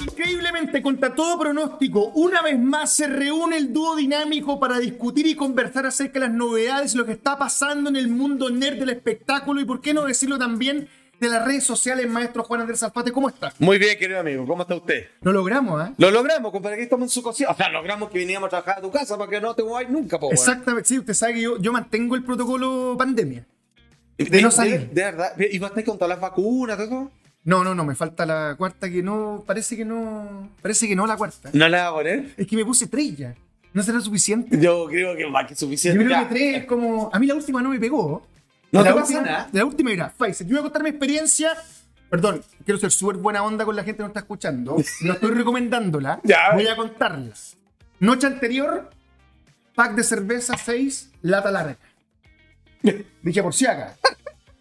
Increíblemente, contra todo pronóstico, una vez más se reúne el dúo dinámico para discutir y conversar acerca de las novedades, lo que está pasando en el mundo nerd del espectáculo y, por qué no decirlo también, de las redes sociales. Maestro Juan Andrés Alfate, ¿cómo está? Muy bien, querido amigo, ¿cómo está usted? Lo logramos, ¿eh? Lo logramos, compadre, que estamos en su cocina. O sea, logramos que viniéramos a trabajar a tu casa para que no te muevas nunca, po. weón. Exactamente, sí, usted sabe que yo, yo mantengo el protocolo pandemia. Y- de no y- salir. De verdad. ¿Y vas a estar con todas las vacunas, todo eso? No, no, no, me falta la cuarta que no, parece que no, parece que no la cuarta. ¿No la vas a poner? Es que me puse tres ya, ¿no será suficiente? Yo creo que más que Yo suficiente. creo ya. que tres es como, a mí la última no me pegó. ¿No De te la pasa última- nada? de la última era Pfizer. Yo voy a contar mi experiencia. Perdón, quiero ser súper buena onda con la gente que nos está escuchando. No estoy recomendándola. Ya. Voy a contarlas. Noche anterior, pack de cerveza 6, lata larga. Dije por si acá.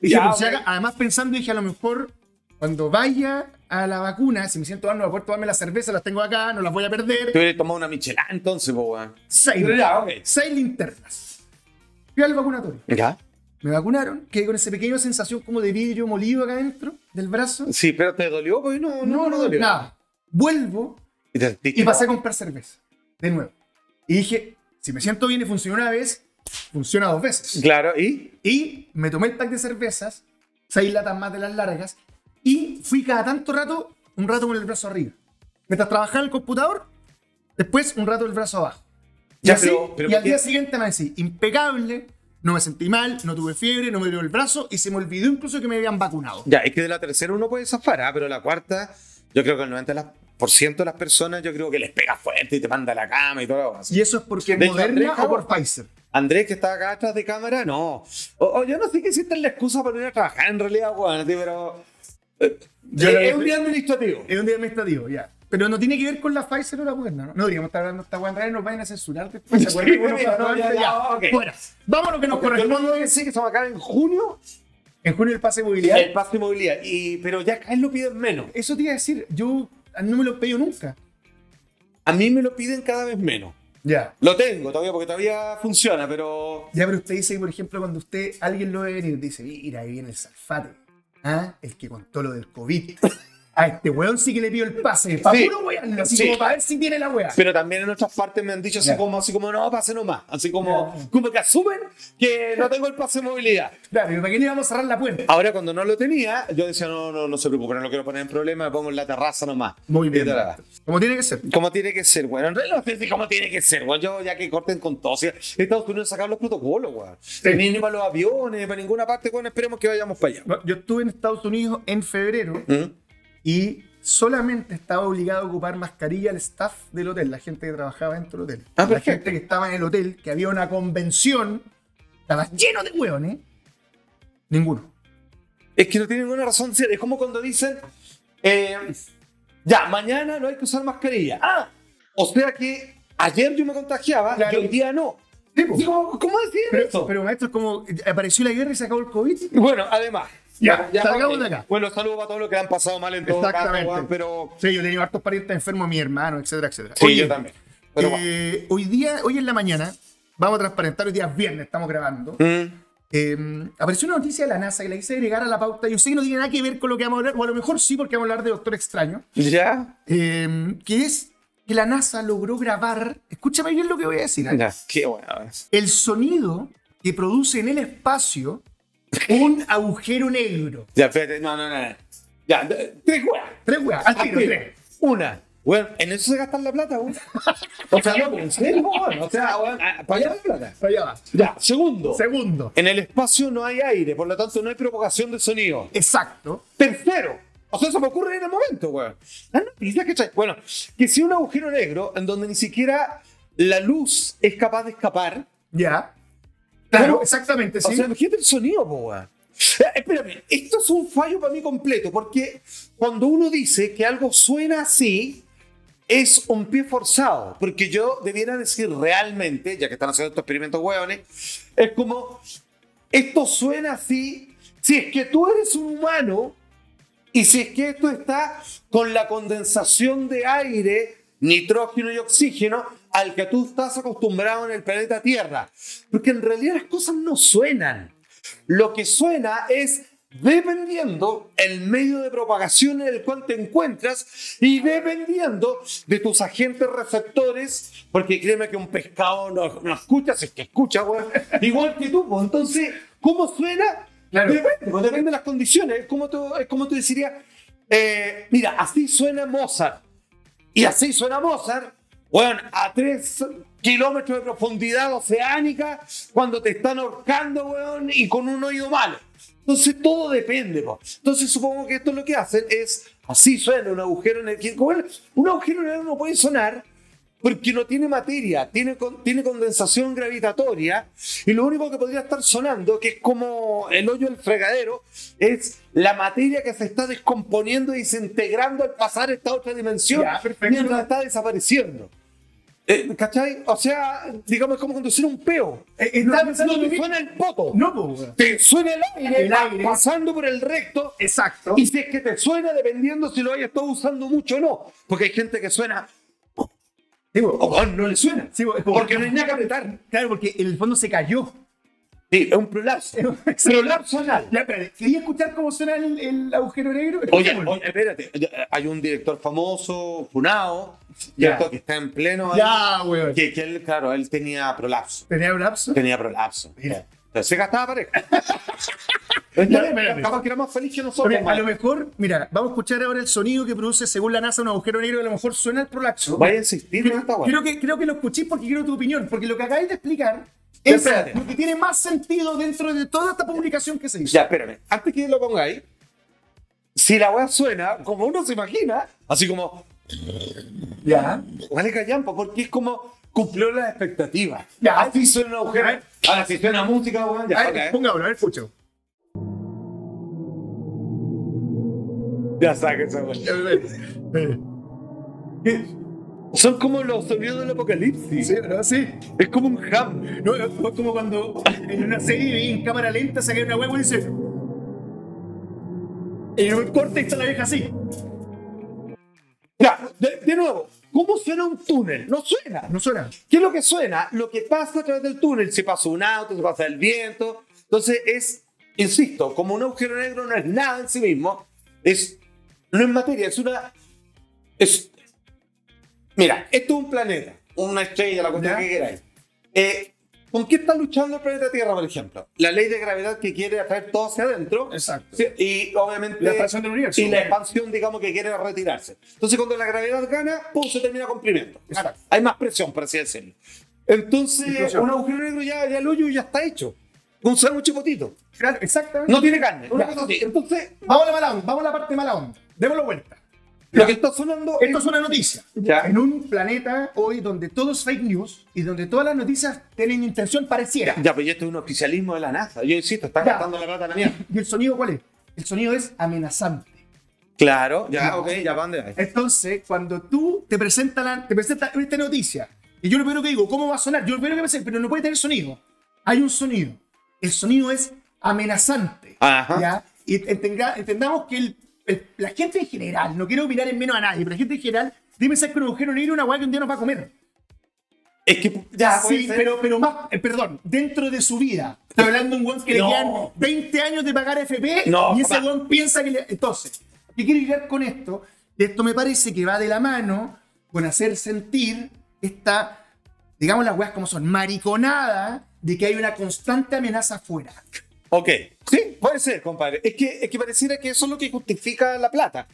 Dije Ya, por si ok. acá. Además pensando, dije a lo mejor cuando vaya a la vacuna, si me siento mal, no voy a poder tomarme la cerveza, las tengo acá, no las voy a Te perder. hubieras tomado una michelada entonces, po, weón. Seis, Ya, ok. seis linternas. Fui al vacunatorio. ¿Ya? Me vacunaron, quedé con esa pequeña sensación como de vidrio molido acá adentro del brazo. Sí, pero ¿te dolió? Pues no, no, No, te no, dolió. nada. Vuelvo Y, te sentiste y pasé a como- comprar cerveza. De nuevo. Y dije, si me siento bien y funcionó una vez, funciona dos veces. Claro, ¿y? Y me tomé el pack de cervezas, seis latas más de las largas, y fui cada tanto rato, un rato con el brazo arriba. Mientras trabajaba en el computador, después un rato el brazo abajo. Y, Ya, así, pero- pero y al ¿qué- día siguiente me decía, impecable, no me sentí mal, no tuve fiebre, no me dio el brazo y se me olvidó incluso que me habían vacunado. Ya, es que de la tercera uno puede zafar, ah, pero la cuarta, yo creo que el 90% de las personas, yo creo que les pega fuerte y te manda a la cama y todo lo demás. ¿Y eso es porque De hecho, Moderna Andrés o por Pfizer? Andrés, que está acá atrás de cámara, no. O, o yo no sé qué hiciste la excusa para ir a trabajar en realidad, weón, sí, pero. eh, Yo es, la- es un día administrativo. Es un día administrativo, ya. Pero no tiene que ver con la Pfizer o la Moderna, ¿no? No digamos, está hablando esta weá, en realidad nos vayan a censurar después. ¿se Sí, acuerdan que uno ya, pasó ya, antes? ya, Ya, ok. Fuera. Vámonos que nos Yo corresponde. no decir que estamos acá en junio, En junio el pase de movilidad. el pase de movilidad, y, pero ya acá lo piden menos. Eso te iba a decir, yo no me lo he pedido nunca. A mí me lo piden cada vez menos. Ya. Lo tengo todavía porque todavía funciona, pero. Ya, pero usted dice, por ejemplo, cuando usted, alguien lo ve venir, dice, mira, ahí viene el salfate. ¿Ah? El que contó lo del COVID. A este weón sí que le pido el pase. Pa' Sí. puro wearlo, así Sí. como para ver si tiene la weá. Pero también en otras partes me han dicho así Ya. como, así como, no, pase nomás. Así como, Ya. como que asumen que no tengo el pase de movilidad. Claro, pero ¿para qué le vamos a cerrar la puerta? Ahora, cuando no lo tenía, yo decía, no, no, no se preocupe, no lo quiero poner en problema, me pongo en la terraza nomás. Muy Y bien. tal, tal. Como tiene que ser. Como tiene que ser, weón. En realidad no sé si cómo tiene que ser, weón. Yo, ya que corten con todo. Si Estados Unidos sacar los protocolos, weón. Ni, ni para los aviones, para ninguna parte, weón. Esperemos que vayamos para allá. Yo estuve en Estados Unidos en febrero ¿Mm? y solamente estaba obligado a ocupar mascarilla el staff del hotel, la gente que trabajaba dentro del hotel. Ah, la perfecto. gente que estaba en el hotel, que había una convención, estaba lleno de hueones. Ninguno. Es que no tiene ninguna razón. de ser. Es como cuando dicen, eh, ya, mañana no hay que usar mascarilla. Ah, o sea que ayer yo me contagiaba Claro. y hoy día no. Digo, ¿Cómo decir Pero, eso? pues. pero maestro, es como eh, apareció la guerra y se acabó el COVID. Bueno, además. Ya, salgamos ok. de acá. Bueno, saludos para todos los que la han pasado mal en todo caso, Exactamente. weón, pero. Sí, yo tenía hartos parientes enfermos, mi hermano, etcétera, etcétera. Sí, Oye, yo también. Pero, eh, hoy día, hoy en la mañana, vamos a transparentar, hoy día es viernes, estamos grabando. bueno. Mm. Eh, apareció una noticia de la NASA que la hice agregar a la pauta. Yo sé que no tiene nada que ver con lo que vamos a hablar, o a lo mejor sí, porque vamos a hablar de Doctor Extraño. ya. eh, que es que la NASA logró grabar, escúchame bien lo que voy a decir, ¿eh? Ya, qué bueno. el sonido que produce en el espacio un agujero negro. Ya, espérate, no, no, no. no. Ya, de- tres weas. Tres weas, al Al tiro, tiro. tres. Una. Weón, en eso se gastan la plata, weón. O sea, no, en serio, weón. O sea, weón, ah, para allá va la plata. Para allá va. Ya, segundo. Segundo, En el espacio no hay aire, por lo tanto no hay propagación de sonido. exacto. Tercero. O sea, eso me ocurre en el momento, weón. Las noticias que trae- Bueno, que si un agujero negro en donde ni siquiera la luz es capaz de escapar. Ya. Claro, Bueno, exactamente, sí. O sea, imagínate el sonido, po, weón. Eh, Espérame, esto es un fallo para mí completo, porque cuando uno dice que algo suena así, es un pie forzado, porque yo debiera decir realmente, ya que están haciendo estos experimentos hueones, es como, esto suena así, si es que tú eres un humano y si es que esto está con la condensación de aire, nitrógeno y oxígeno al que tú estás acostumbrado en el planeta Tierra. Porque en realidad las cosas no suenan. Lo que suena es dependiendo el medio de propagación en el cual te encuentras y dependiendo de tus agentes receptores, porque créeme que un pescado no, no escucha, si es que escucha, weón, igual que tú, pues. entonces, ¿cómo suena? Claro. Depende, pues, depende de las condiciones, es como tú, es como tú decirías, eh, mira, así suena Mozart, y así suena Mozart, bueno, a 3 kilómetros de profundidad oceánica, cuando te están ahorcando, weón, y con un oído malo. Entonces todo depende, po. Entonces supongo que esto es lo que hacen es, así suena un agujero en el que... bueno, un agujero en el no puede sonar porque no tiene materia, tiene, con- tiene condensación gravitatoria, y lo único que podría estar sonando, que es como el hoyo del fregadero, es la materia que se está descomponiendo y desintegrando al pasar a esta otra dimensión, Ya, perfecto. mientras está desapareciendo. Eh, ¿Cachai? O sea, digamos, es como conducir un peo. Eh, eh, no, Está- no, no, te suena el poto. No, po, weón. Te suena el aire, El aire. pasando por el recto. Exacto. Y si es que te suena, dependiendo si lo hayas estado usando mucho o no. Porque hay gente que suena. Sí, po. O oh, no le suena. Sí, po. porque no hay nada que apretar. Claro, porque en el fondo se cayó. Sí, es un prolapso. prolapso anal. Ya, espérate, ¿quería escuchar cómo suena el, el agujero negro? Oye, Escuchémoslo. oye, espérate. Ya, Hay un director famoso, Funao, Ya. ¿cierto? que está en pleno. ahí, Ya, weón. Que, que él, claro, él tenía prolapso. ¿Tenía un lapso? Tenía prolapso. Mira. Entonces se gastaba pareja. Ya, espérate. Capaz que era más feliz que nosotros. Mira, a man. lo mejor, mira, vamos a escuchar ahora el sonido que produce según la NASA un agujero negro que a lo mejor suena el prolapso. Vaya a insistir en esta Creo, weá. creo que, creo que lo escuché porque quiero tu opinión, porque lo que acabáis de explicar Ya, es espérate. lo que tiene más sentido dentro de toda esta publicación que se hizo. Ya, espérame. Antes que lo pongáis, si la weá suena como uno se imagina, así como, Ya. vale callampa, porque es como cumplió las expectativas. Ya. así suena una agujera. Ahora si suena música, weón, ya. A ver, saca, ¿eh? pongámoslo, a ver, escucho. Ya saca esa weá. A ver, a ver. Son como los sonidos del apocalipsis. Sí, ¿no? Sí. Es como un ham. No, no, es como cuando en una serie veis en cámara lenta sacar una huevo y dice. En un corte está la vieja así. Ya, de, de nuevo, ¿cómo suena un túnel? No suena. No suena. ¿Qué es lo que suena? Lo que pasa a través del túnel. Se pasa un auto, se pasa el viento. Entonces es, insisto, como un agujero negro no es nada en sí mismo. Es, no es materia, es una... Es, mira, esto es un planeta, una estrella, la cuestión Ya. que queráis. Eh, ¿Con qué está luchando el planeta Tierra, por ejemplo? La ley de gravedad que quiere atraer todo hacia adentro. Exacto. Sí, Y obviamente... La expansión del universo. Y la expansión, digamos, que quiere retirarse. Entonces, cuando la gravedad gana, pum, se termina comprimiendo. Exacto. Hay más presión, por así decirlo. Entonces, Explosión. un agujero negro ya, ya el hoyo ya está hecho. Un sándwich chipotito. Claro, exactamente. No tiene carne. Una Ya. cosa así. Entonces, Vamos a la mala onda, vamos a la parte mala onda. Démoslo vuelta. lo que está sonando Esto es- es una noticia. Ya. En un planeta hoy donde todo es fake news y donde todas las noticias tienen intención pareciera. Ya, pero ya esto es un oficialismo de la NASA. Yo insisto, están Ya. gastando la plata a la mierda. ¿Y el sonido cuál es? El sonido es amenazante. Claro. Ya, Ya. ok, ya van de ahí. Entonces, cuando tú te presentas la- te presenta esta noticia, y yo lo primero que digo, ¿cómo va a sonar? Yo lo primero que pensé, pero no puede tener sonido. Hay un sonido. El sonido es amenazante. Ajá. ¿ya? Y entenga- entendamos que el- el- la gente en general, no quiero mirar en menos a nadie, pero la gente en general debe ser con un agujero negro una hueá que un día nos va a comer. Es que ya, puede sí, ser. pero, pero más, eh, perdón, dentro de su vida. Estoy hablando de un weón que No. le quedan 20 años de pagar FP No, y ese papá. weón piensa que le... Entonces, ¿qué quiero llegar con esto? Esto me parece que va de la mano con hacer sentir esta, digamos las weas como son, mariconada de que hay una constante amenaza afuera. Ok, sí, puede ser, compadre. Es que, es que pareciera que eso es lo que justifica la plata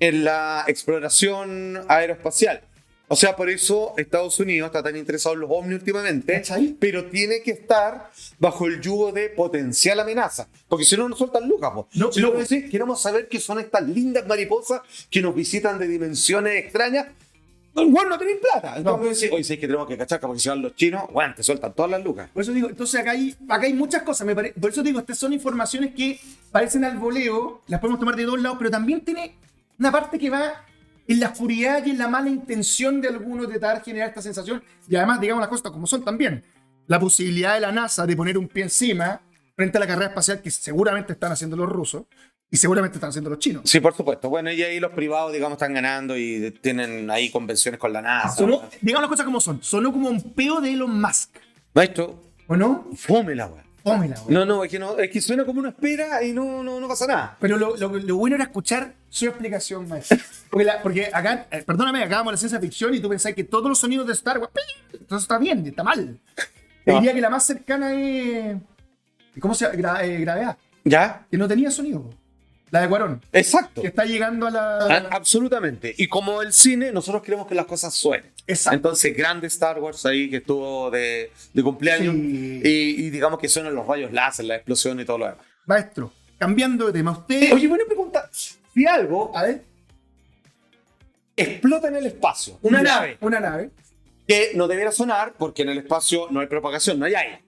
en la exploración aeroespacial. O sea, por eso Estados Unidos está tan interesado en los ovnis últimamente, ¿Cachai? pero tiene que estar bajo el yugo de potencial amenaza, porque si no nos sueltan lucas. po. No, si no, no. decir, queremos saber qué son estas lindas mariposas que nos visitan de dimensiones extrañas. Bueno, no tenéis plata. Entonces, No. decís, oye, sí, que tenemos que cachar, porque si van los chinos, bueno, te sueltan todas las lucas. Por eso digo, entonces acá hay, acá hay muchas cosas. Me pare- por eso digo, estas son informaciones que parecen al voleo, las podemos tomar de dos lados, pero también tiene una parte que va en la oscuridad y en la mala intención de algunos de tratar de generar esta sensación. Y además, digamos las cosas como son también. La posibilidad de la NASA de poner un pie encima frente a la carrera espacial que seguramente están haciendo los rusos y seguramente están haciendo los chinos. Sí, por supuesto. Bueno, y ahí los privados, digamos, están ganando y tienen ahí convenciones con la NASA. Sonó- digamos las cosas como son. Sonó como un peo de Elon Musk, Maestro, ¿o no? fome la weá. fome la wea. No, no, es que, no, es que suena como una espera y no, no, no pasa nada. Pero lo, lo- lo bueno era escuchar su explicación, maestro. Porque, la- porque acá, eh, perdóname, acá vamos a la ciencia ficción y tú pensás que todos los sonidos de Star Wars, ¡ping! entonces está bien, está mal. Te Ah. diría que la más cercana es. ¿Cómo se llama? Gra- eh, gravedad, ¿Ya? que no tenía sonido. La de Cuarón, Exacto. que está llegando a A- la. absolutamente. Y como el cine, nosotros queremos que las cosas suenen. Exacto. Entonces, grande Star Wars ahí que estuvo de, de cumpleaños. Sí. Y, y digamos que suenan los rayos láser, la explosión y todo lo demás. Maestro, cambiando de tema, usted. Oye, buena pregunta. Si algo a ver. explota en el espacio, una Ya, nave, Una nave. que no debiera sonar porque en el espacio no hay propagación, no hay aire.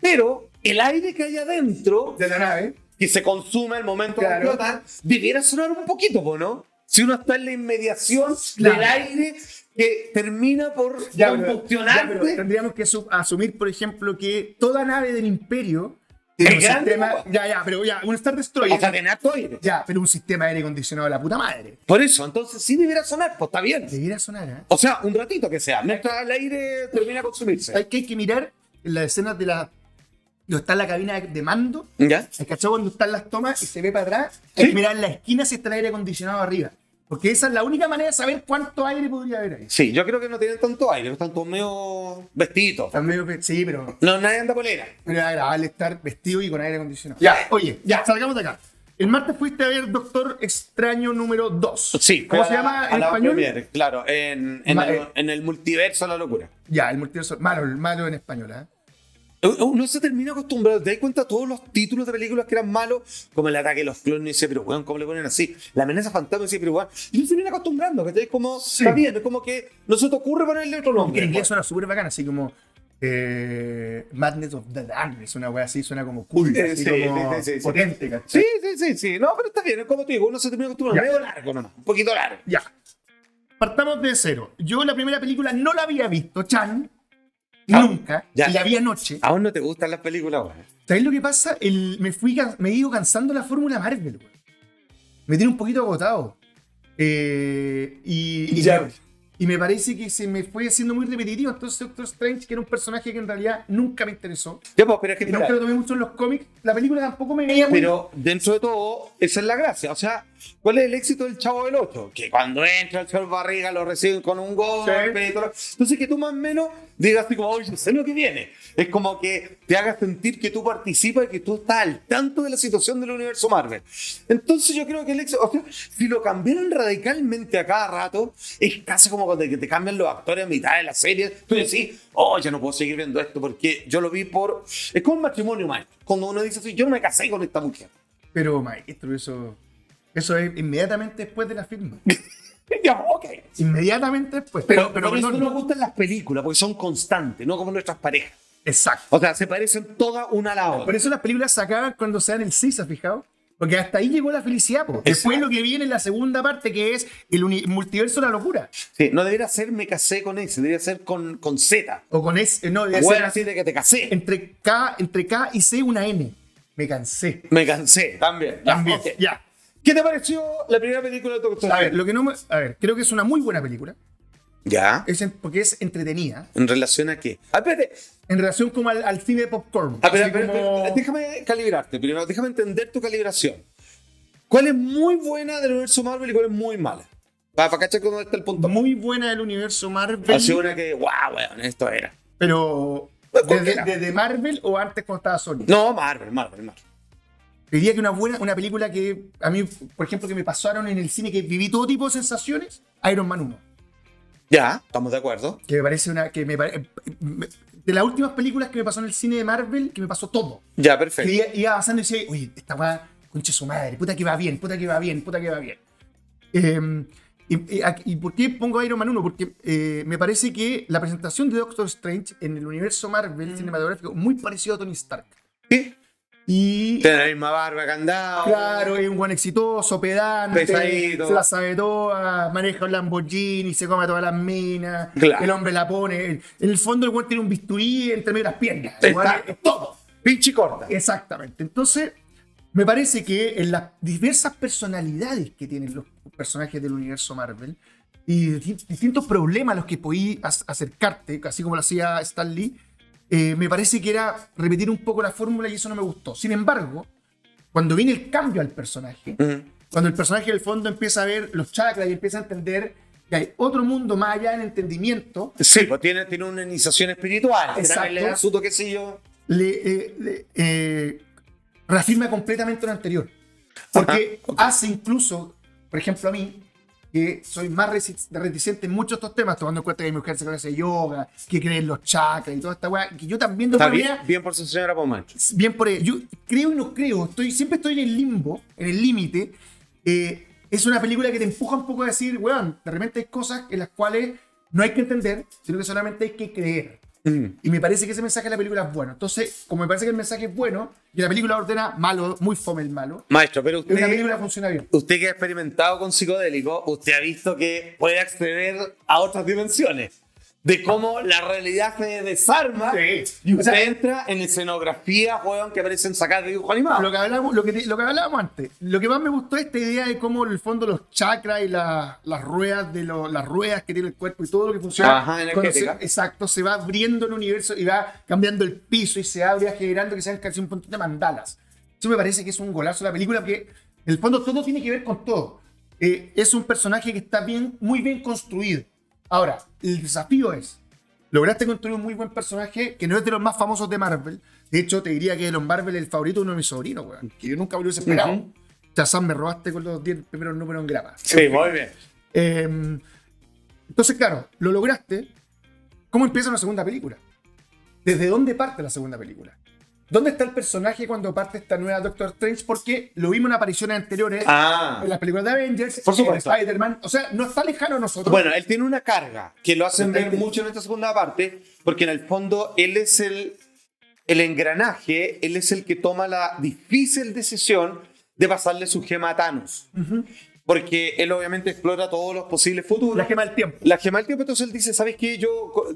Pero el aire que hay adentro, De la nave. que se consume al momento de Claro. explotar, debiera sonar un poquito, ¿po ¿no? Si uno está en la inmediación del Claro. aire que termina por pero- combustionarse. ya, pero tendríamos que su- asumir, por ejemplo, que toda nave del Imperio Es un grande, sistema. po. Ya, ya, pero ya, un Star o sea, Destroyer. tener harto aire. Ya, pero un sistema de aire acondicionado de la puta madre. Por eso, entonces sí debiera sonar, pues está bien. Debiera sonar, ¿eh? O sea, un ratito que sea, mientras el aire termina de consumirse. Hay que, hay que mirar en las escenas de la. Cuando está en la cabina de mando, ¿Ya? ¿Has cachado cuando están las tomas y se ve para atrás? Sí. Hay que mirar en la esquina si está el aire acondicionado arriba. Porque esa es la única manera de saber cuánto aire podría haber ahí. Sí, yo creo que no tienen tanto aire, están todos medio vestiditos. Está medio pe- Sí, pero No, nadie anda polera. Pero era agradable estar vestido y con aire acondicionado. Ya. Oye, Ya. ya. Salgamos de acá. El martes fuiste a ver Doctor Extraño número 2. Sí, ¿Cómo fue se a la- llama a en la español? premiere, claro, en, en Ma- el, eh. en el multiverso la locura. Ya, el multiverso. Malo, malo en español, ¿eh? Uno se termina acostumbrado, te das cuenta todos los títulos de películas que eran malos, como el ataque de los clones, y dice, pero weón, ¿cómo le ponen así? La amenaza fantasma, y dice, pero weón, y uno se termina acostumbrando, que como, Sí. está bien, es como que no se te ocurre ponerle otro Porque nombre. en inglés weón. suena súper bacán, así como. eh, Madness of the Darkness, una wea así, suena como cool, Eh, así sí, como sí, sí, sí. potente, ¿cachai? Sí, sí, sí, sí, no, pero está bien, es como te digo, uno se termina acostumbrando, Ya. medio largo nomás, un poquito largo. Ya. Partamos de cero. Yo la primera película no la había visto, Chan. Ah, nunca. ya. Y la vi anoche. Aún no te gustan las películas, weón. ¿Sabéis lo que pasa? El- me, fui, ca- me he ido cansando la fórmula Marvel, weón. Me tiene un poquito agotado. Eh, y, y, Ya. me, y me parece que se me fue haciendo muy repetitivo. Entonces, Doctor Strange, que era un personaje que en realidad nunca me interesó, Ya, pues, pero es que, que nunca espera. lo tomé mucho en los cómics, la película tampoco me veía muy. Pero dentro de todo, esa es la gracia. O sea, ¿cuál es el éxito del Chavo del 8? Que cuando entra el señor Barriga lo reciben con un golpe. y todo lo- Entonces, que tú más o menos digas así como, oye, yo sé lo que viene. Es como que te hagas sentir que tú participas y que tú estás al tanto de la situación del universo Marvel. Entonces, yo creo que el éxito. O sea, si lo cambiaran radicalmente a cada rato, es casi como cuando que te cambian los actores a mitad de la serie. Tú decís, oh, ya no puedo seguir viendo esto porque yo lo vi por. Es como un matrimonio, mal. Cuando uno dice así, yo no me casé con esta mujer. Pero, maestro, eso, eso es inmediatamente después de la firma. Ya, ok. Inmediatamente después. Pero, pero, perdón. no nos gustan las películas porque son constantes, no como nuestras parejas. Exacto. O sea, se parecen todas una a la Por otra. eso las películas se acaban cuando se dan el 6, ¿has fijado? Porque hasta ahí llegó la felicidad, po. Después Exacto. lo que viene en la segunda parte, que es el uni- multiverso de la locura. Sí, no debería ser me casé con ese, debería ser con, con Z. O con S, no, debe Bueno, ser así de que te casé. entre K, entre K y C una N. Me cansé. Me cansé. También. ya, También. ok. Ya. ¿Qué te pareció la primera película de Doctor A ver, Strange? lo que no me- A ver, creo que es una muy buena película. Ya. Es en- porque es entretenida. ¿En relación a qué? Ah, espérate. En relación como al, al cine de popcorn. Ah, pero- Así pero- como- pero déjame calibrarte primero, déjame entender tu calibración. ¿Cuál es muy buena del universo Marvel y cuál es muy mala? Para, para cachar dónde está el punto. Muy buena del universo Marvel. Ha sido una que, wow, weón, esto era. Pero. Pues cualquiera. Desde, desde Marvel o antes cuando estaba Sony. No, Marvel, Marvel, Marvel. Diría que una buena, una película que a mí, por ejemplo, que me pasaron en el cine, que viví todo tipo de sensaciones, Iron Man 1. Ya, estamos de acuerdo. Que me parece una. que me pare- me- De las últimas películas que me pasó en el cine de Marvel, que me pasó todo. Ya, Que perfecto. iba, iba avanzando y decía, oye, esta weá, conche su madre, puta que va bien, puta que va bien, puta que va bien. Eh, y, y- y por qué pongo Iron Man 1? Porque eh, me parece que la presentación de Doctor Strange en el universo Marvel cinematográfico muy parecido a Tony Stark. Sí. Y Tiene la misma barba que andaba. Claro, es un buen exitoso, pedante, Pesadito. se la sabe toda, maneja un Lamborghini, se come a todas las minas, Claro. el hombre la pone. En el fondo el buen tiene un bisturí entre medio de las piernas. el weón Exacto, es- todo. Pinche corta. Exactamente. Entonces, me parece que en las diversas personalidades que tienen los personajes del universo Marvel y di- distintos problemas a los que podí ac- acercarte, así como lo hacía Stan Lee, eh, me parece que era repetir un poco la fórmula y eso no me gustó. Sin embargo, cuando viene el cambio al personaje, cuando el personaje del fondo empieza a ver los chakras y empieza a entender que hay otro mundo más allá del entendimiento, Sí, pues tiene, tiene una iniciación espiritual. Exacto. Será que le da su toquecillo. le, eh, le- eh, reafirma completamente lo anterior. Porque hace incluso, por ejemplo, a mí, que soy más resi- reticente en muchos de estos temas, tomando en cuenta que mi mujer se conoce yoga, que cree en los chakras y toda esta weá, que yo también de Está alguna bien, manera, bien por su señora Pomancho. bien por ello. Yo creo y no creo, estoy, siempre estoy en el limbo, en el límite. Eh, es una película que te empuja un poco a decir, weón, de repente hay cosas en las cuales no hay que entender, sino que solamente hay que creer. Y me parece que ese mensaje de la película es bueno. Entonces, como me parece que el mensaje es bueno, y la película ordena malo, muy fome el malo, Maestro, pero es una usted, película que funciona bien. usted que ha experimentado con psicodélicos, usted ha visto que puede acceder a otras dimensiones. De cómo la realidad se desarma Sí. y usted O sea- entra en escenografías, weón, que aparecen sacadas de dibujo animado. Lo que, hablamos, lo, que te- lo que hablábamos antes, lo que más me gustó es esta idea de cómo en el fondo los chakras y la- las ruedas de lo- las ruedas que tiene el cuerpo y todo lo que funciona. Ajá, energética. cuando se- exacto, se va abriendo el universo y va cambiando el piso y se abre, generando que sean casi un montón de mandalas. Eso me parece que es un golazo de la película porque en el fondo todo tiene que ver con todo. Eh, es un personaje que está bien, muy bien construido. Ahora, el desafío es lograste construir un muy buen personaje que no es de los más famosos de Marvel. De hecho, te diría que de los Marvel es el favorito de uno de mis sobrinos, weón. Que yo nunca me lo hubiese esperado. Ujú. Shazam, me robaste con los 10 primeros números en grapa. Sí, muy bien. Eh, entonces, claro, lo lograste. ¿Cómo empieza una segunda película? ¿Desde dónde parte la segunda película? ¿Dónde está el personaje cuando parte esta nueva Doctor Strange? Porque lo vimos en apariciones anteriores Ah. en las películas de Avengers, Por en supuesto. Spider-Man. O sea, no está lejano a nosotros. Bueno, él tiene una carga que lo hacen ver mucho en esta segunda parte, porque en el fondo él es el, el engranaje, él es el que toma la difícil decisión de pasarle su gema a Thanos. Porque él obviamente explora todos los posibles futuros. la gema del tiempo. La gema del tiempo, entonces él dice, ¿sabes qué? Yo, co-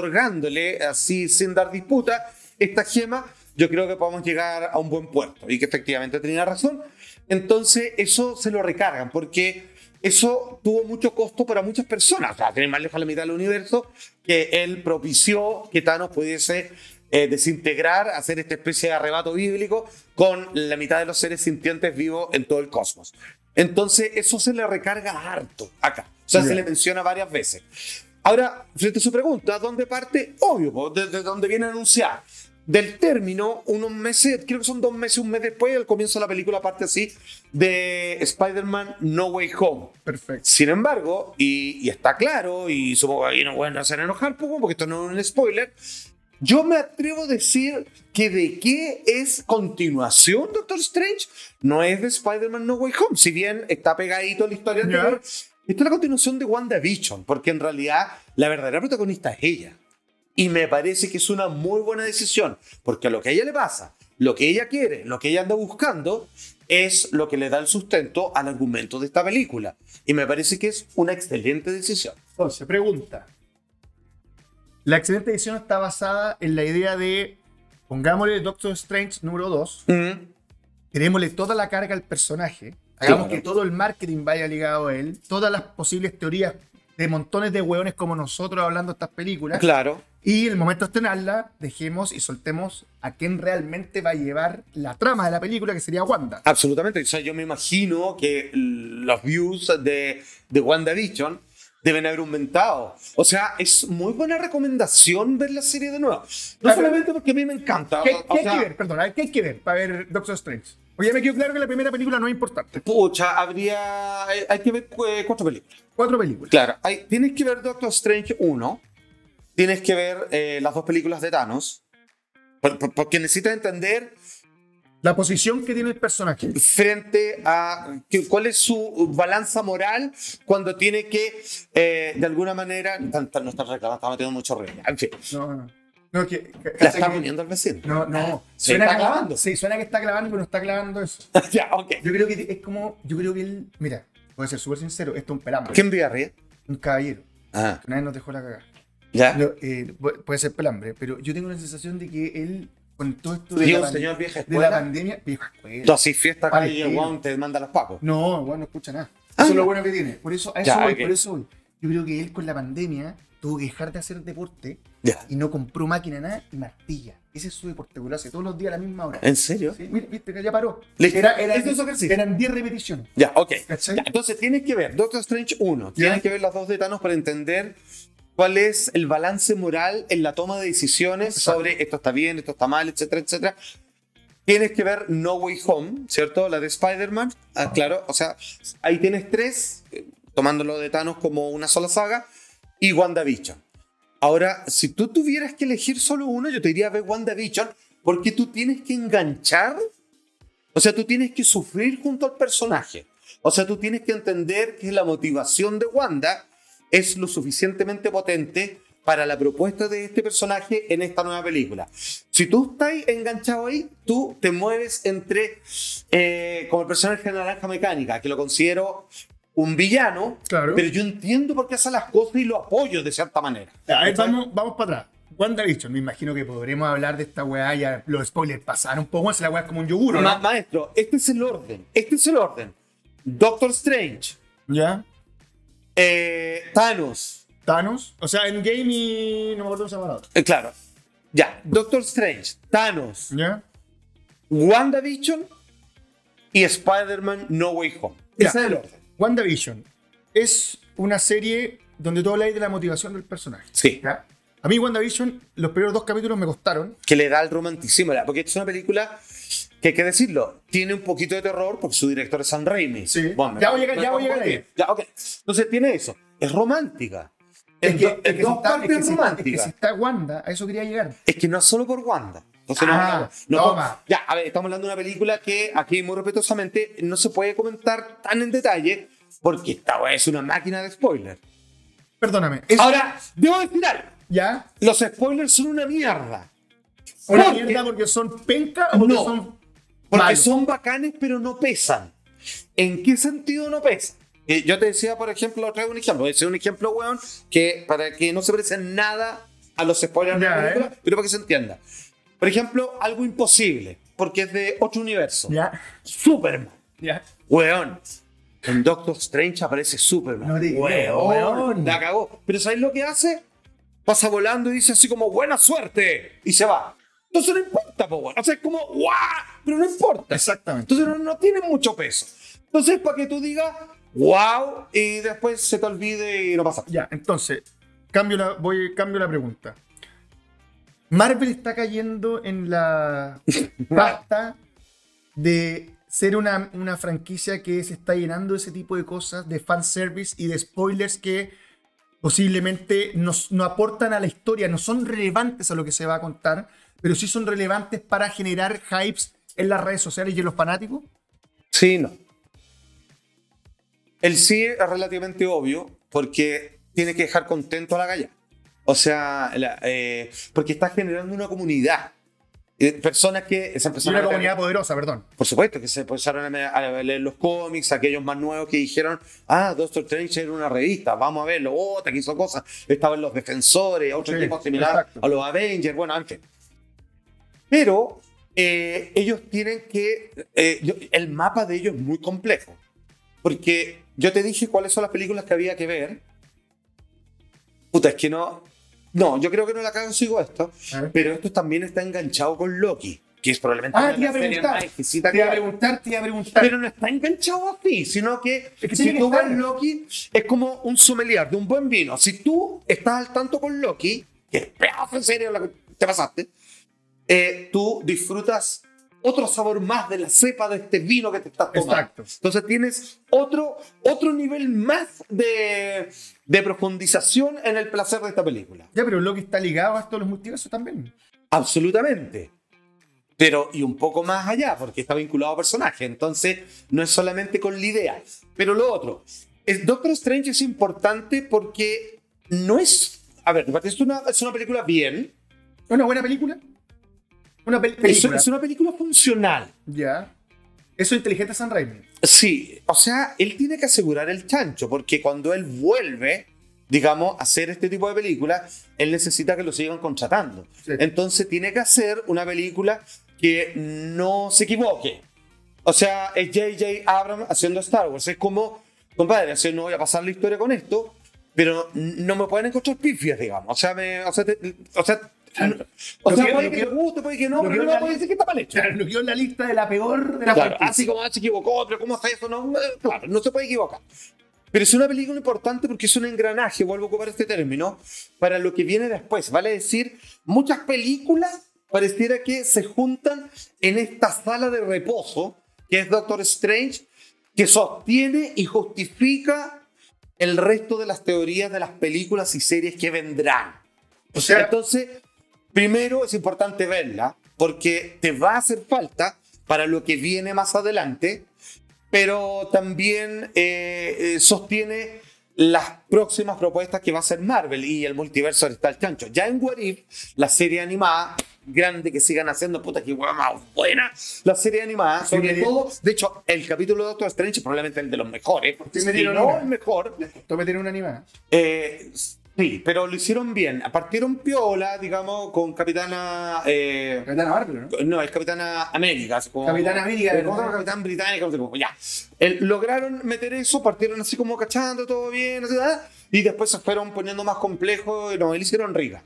otorgándole, así sin dar disputa, esta gema, yo creo que podemos llegar a un buen puerto. Y que efectivamente tenía razón. Entonces eso se lo recargan, porque eso tuvo mucho costo para muchas personas. O sea, tener más lejos la mitad del universo, que él propició que Thanos pudiese eh, desintegrar, hacer esta especie de arrebato bíblico con la mitad de los seres sintientes vivos en todo el cosmos. Entonces eso se le recarga harto acá. O sea, Ya. se le menciona varias veces. Ahora, frente a su pregunta, ¿dónde parte? Obvio, po, desde donde viene anunciada. Del término, unos meses, creo que son dos meses, un mes después, al comienzo de la película parte así, de Spider-Man No Way Home. Perfecto. Sin embargo, y, y está claro, y supongo que aquí no pueden hacer enojar, pues, bueno, porque esto no es un spoiler, yo me atrevo a decir que de qué es continuación Doctor Strange, no es de Spider-Man No Way Home, si bien está pegadito a la historia Ya. anterior, esta es la continuación de WandaVision, porque en realidad la verdadera protagonista es ella. Y me parece que es una muy buena decisión, porque lo que a ella le pasa, lo que ella quiere, lo que ella anda buscando, es lo que le da el sustento al argumento de esta película. Y me parece que es una excelente decisión. Entonces, pregunta. La excelente edición está basada en la idea de, pongámosle Doctor Strange número 2, Mm, tirémosle toda la carga al personaje, hagamos Claro. que todo el marketing vaya ligado a él, todas las posibles teorías de montones de hueones como nosotros hablando de estas películas, Claro. y en el momento de estrenarla, dejemos y soltemos a quien realmente va a llevar la trama de la película, que sería Wanda. Absolutamente. O sea, yo me imagino que los views de, de WandaVision deben haber aumentado. O sea, es muy buena recomendación ver la serie de nuevo. No Claro. solamente porque a mí me encanta. ¿Qué, o- Ah, o qué hay sea, que ver? Perdón, a ver, ¿qué hay que ver para ver Doctor Strange? Oye, me quedó claro que la primera película no es importante. Pucha, habría. Hay, hay que ver eh, cuatro películas. Cuatro películas. Claro, hay- tienes que ver Doctor Strange 1. Tienes que ver eh, las dos películas de Thanos. por- por- Porque necesitas entender La posición que tiene el personaje. frente a que- cuál es su balanza moral cuando tiene que, eh, de alguna manera, tan- tan- no está reclamando, está metiendo mucho ruido. ya, En fin, No, no. No, que, que- la que- está poniendo al vecino. No, no. Se está que- grabando. Sí, suena que está grabando, pero no está grabando eso. ya, ok. Yo creo que es como. Yo creo que él. Mira, voy a ser súper sincero. Esto es un pelambre. ¿Quién vive arriba? Un caballero. Ah, Que una vez nos dejó la cagada. ya. Lo- eh, pu- puede ser pelambre, pero yo tengo la sensación de que él, con todo esto de, Dios, la, pan- señor vieja de la escuela. pandemia. Vieja Tú escuela. así fiesta acá y el Palestino. weón te manda los pacos. No, bueno, no escucha nada. Ah, Eso es ya. lo bueno que tiene. Por eso, a eso Ya, voy, ok. por eso voy. Yo creo que él con la pandemia tuvo que dejar de hacer deporte Ya. y no compró máquina nada y martilla. Ese es su deporte, que lo hace todos los días a la misma hora. ¿En serio? Sí, mira, viste que ya paró. Listo. Era- era- Eso es ejercicio. eran 10 repeticiones. Ya, ok. ¿Cachai? Ya, entonces tienes que ver Doctor Strange 1, tienes Ya. que ver las dos de Thanos para entender cuál es el balance moral en la toma de decisiones Exacto. sobre esto está bien, esto está mal, etcétera, etcétera. Tienes que ver No Way Home, ¿cierto? La de Spider-Man. Ah, claro, o sea, ahí tienes tres, eh, tomándolo de Thanos como una sola saga, y WandaVision. Ahora, si tú tuvieras que elegir solo uno, yo te diría ver WandaVision, porque tú tienes que enganchar o sea, tú tienes que sufrir junto al personaje. O sea, tú tienes que entender que la motivación de Wanda es lo suficientemente potente para la propuesta de este personaje en esta nueva película. Si tú estás enganchado ahí, tú te mueves entre, eh, como el personaje de Naranja Mecánica, que lo considero un villano, Claro. pero yo entiendo por qué hace las cosas y lo apoyo de cierta manera. Ya, a ver, vamos, vamos para atrás. WandaVision, me imagino que podremos hablar de esta weá. Ya los spoilers pasaron un poco. Esa la weá es como un yogur, ¿o Ma- ¿no? maestro, este es el orden, este es el orden. Doctor Strange, Ya. eh, Thanos, Thanos. O sea, Endgame y. No me acuerdo cómo se llama la otra. Eh, claro. Ya, Doctor Strange, Thanos, Ya. WandaVision y Spider-Man No Way Home. Ya. Ese es el orden. WandaVision es una serie donde tú habláis de la motivación del personaje. Sí. ¿ya? A mí WandaVision, los primeros dos capítulos me costaron. Que le da el romanticismo, ¿verdad? porque es una película que hay que decirlo, tiene un poquito de terror porque su director es Sam Raimi. Sí. me- Ya voy a llegar- me- ya voy a me- llegar ahí. Ya, ok. Entonces tiene eso. Es romántica. Es En que- do- es en que si dos está- es partes que si- Es románticas. que si está Wanda, a eso quería llegar. Es que no es solo por Wanda. Entonces, no- Ah, no, toma. Ya, a ver, estamos hablando de una película que aquí muy respetuosamente no se puede comentar tan en detalle porque esta weá es una máquina de spoiler. Perdóname. es- Ahora, debo decir algo. ¿Ya? Los spoilers son una mierda. ¿Una Porque- mierda porque son penca o porque No. son. Porque malos? son bacanes, pero no pesan. ¿En qué sentido no pesan? Eh, yo te decía, por ejemplo, traigo un ejemplo. Es un ejemplo, weón, que para que no se parezca nada a los spoilers de Ya, la película, eh. pero para que se entienda. Por ejemplo, algo imposible, porque es de otro universo. Ya. Superman. Ya. Weón. En Doctor Strange aparece Superman. No te creo, weón. La cagó. Pero ¿sabéis lo que hace? Pasa volando y dice así como buena suerte. Y se va. Entonces no importa, po, weón. O sea, es como guau. Pero no importa. Exactamente. Entonces no, no tiene mucho peso. Entonces para que tú digas wow y después se te olvide y no pasa. Ya, entonces, cambio la, voy, cambio la pregunta. Marvel está cayendo en la pasta de ser una, una franquicia que se está llenando de ese tipo de cosas, de fanservice y de spoilers que posiblemente nos- no aportan a la historia, no son relevantes a lo que se va a contar, pero sí son relevantes para generar hypes en las redes sociales y en los fanáticos. Sí, no. El sí es relativamente obvio porque tiene que dejar contento a la galla. O sea, la- eh, porque está generando una comunidad. Eh, personas que Y se empezaron una a meter- comunidad poderosa, perdón. Por supuesto, que se empezaron a, me- a leer los cómics, aquellos más nuevos que dijeron, ah, Doctor Strange era una revista, vamos a verlo, otra que hizo cosas. Estaban los defensores, otro Sí, equipo similar exacto. a los Avengers, bueno, en fin. Pero eh, ellos tienen que. eh, yo- el mapa de ellos es muy complejo. Porque yo te dije cuáles son las películas que había que ver. Puta, es que no. No, yo creo que no la consigo esto. A ver. Pero esto también está enganchado con Loki, que es probablemente Ah, una te iba a de las series preguntar. más exquisitas Te que iba a hay. preguntar, te iba a preguntar. Pero no está enganchado a ti, sino que, Es que si tiene que tú estar. ves Loki, es como un sommelier de un buen vino. Si tú estás al tanto con Loki, que es pedazo en serio la que te pasaste, eh, tú disfrutas otro sabor más de la cepa de este vino que te estás tomando. Exacto. Entonces tienes otro, otro nivel más de, de profundización en el placer de esta película. Ya, pero Loki está ligado a esto de los multiversos también. Absolutamente. Pero, y un poco más allá, porque está vinculado a personaje. Entonces, no es solamente con la idea. Pero lo otro, es- Doctor Strange es importante porque no es. A ver, de parte, es una, es una película bien. ¿Es una buena película? Una pel- Es, película. es una película funcional. Ya. Eso es inteligente San Raimi. Sí, o sea, él tiene que asegurar el chancho, porque cuando él vuelve, digamos, a hacer este tipo de películas, él necesita que lo sigan contratando. Sí. Entonces tiene que hacer una película que no se equivoque. O sea, es J.J. Abrams haciendo Star Wars. Es como, compadre, así no voy a pasar la historia con esto, pero no me pueden encontrar pifias, digamos. O sea, me, o sea, te- o sea, o Lo sea que- puede lo que que- te guste, puede que no, lo pero que no una- me puedes decir que está mal hecho. Claro, nos dio la lista de la peor de la Claro, franquicia. así como ah, se equivocó, pero ¿cómo hace eso? No, eh, claro, no se puede equivocar. Pero es una película importante porque es un engranaje, vuelvo a ocupar este término, para lo que viene después. Vale decir, muchas películas pareciera que se juntan en esta sala de reposo, que es Doctor Strange, que sostiene y justifica el resto de las teorías de las películas y series que vendrán. O sea- entonces, primero es importante verla porque te va a hacer falta para lo que viene más adelante, pero también eh, eh, sostiene las próximas propuestas que va a hacer Marvel y el multiverso está el chancho. Ya en What If, la serie animada, grande que sigan haciendo, puta que hueá más buena, la serie animada, sobre Serie- todo, de hecho, el capítulo de Doctor Strange es probablemente el de los mejores, Sí, me si dieron no una. el mejor, Esto me tiene una animada. eh, sí, pero lo hicieron bien. Partieron piola, digamos, con Capitana. eh, Capitana Marvel, ¿no? no, es Capitana América. así como- Capitana América, Eh, ¿cómo ¿verdad? se llama? Capitán Británica, no sé cómo, ya. El- lograron meter eso, partieron así como cachando, todo bien, así, ah, y después se fueron poniendo más complejo y no, le hicieron rica.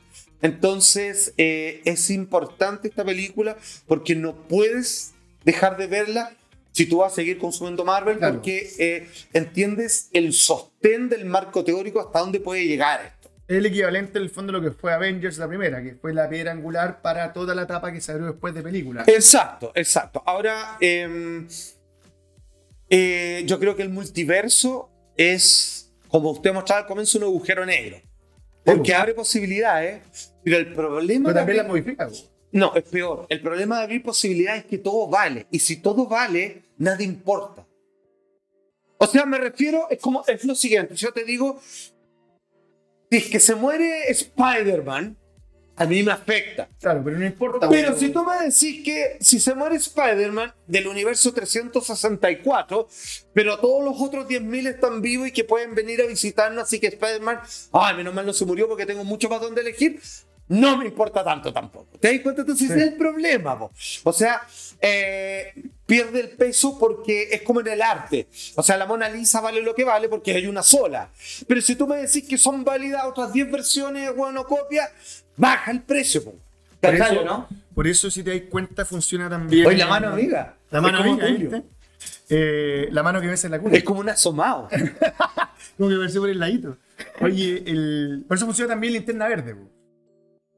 Entonces, eh, es importante esta película porque no puedes dejar de verla si tú vas a seguir consumiendo Marvel Claro. porque eh, entiendes el sostén del marco teórico hasta dónde puede llegar esto. Es el equivalente, en el fondo, de lo que fue Avengers la primera, que fue la piedra angular para toda la etapa que se abrió después de película. Exacto, exacto. Ahora, em, eh, yo creo que el multiverso es, como usted mostraba al comienzo, un agujero negro. Porque abre posibilidades, pero el problema... pues. Pero de también la abrir- modifica. po. no, es peor. El problema de abrir posibilidades es que todo vale. Y si todo vale, nada importa. O sea, me refiero, es como, es lo siguiente. Yo te digo, si es que se muere Spider-Man, a mí me afecta. Claro, pero no importa. Pero po. si tú me decís que si se muere Spider-Man del universo 364, pero todos los otros 10.000 están vivos y que pueden venir a visitarnos, así que Spider-Man, ay, menos mal no se murió porque tengo mucho más donde elegir, no me importa tanto tampoco. ¿Te das cuenta? Entonces Sí. ese es el problema, po. O sea, eh, pierde el peso porque es como en el arte. O sea, la Mona Lisa vale lo que vale porque hay una sola. Pero si tú me decís que son válidas otras 10 versiones, bueno, copia, baja el precio, po. Por ¿Cachai, eso- o no? Por eso, si te das cuenta, funciona también. Oye, la mano amiga. La mano Es como amiga, un ¿viste? Eh, la mano que ves en la cuna. Es como un asomado. Como que verse por el ladito. Oye, el... por eso funciona también linterna verde. po.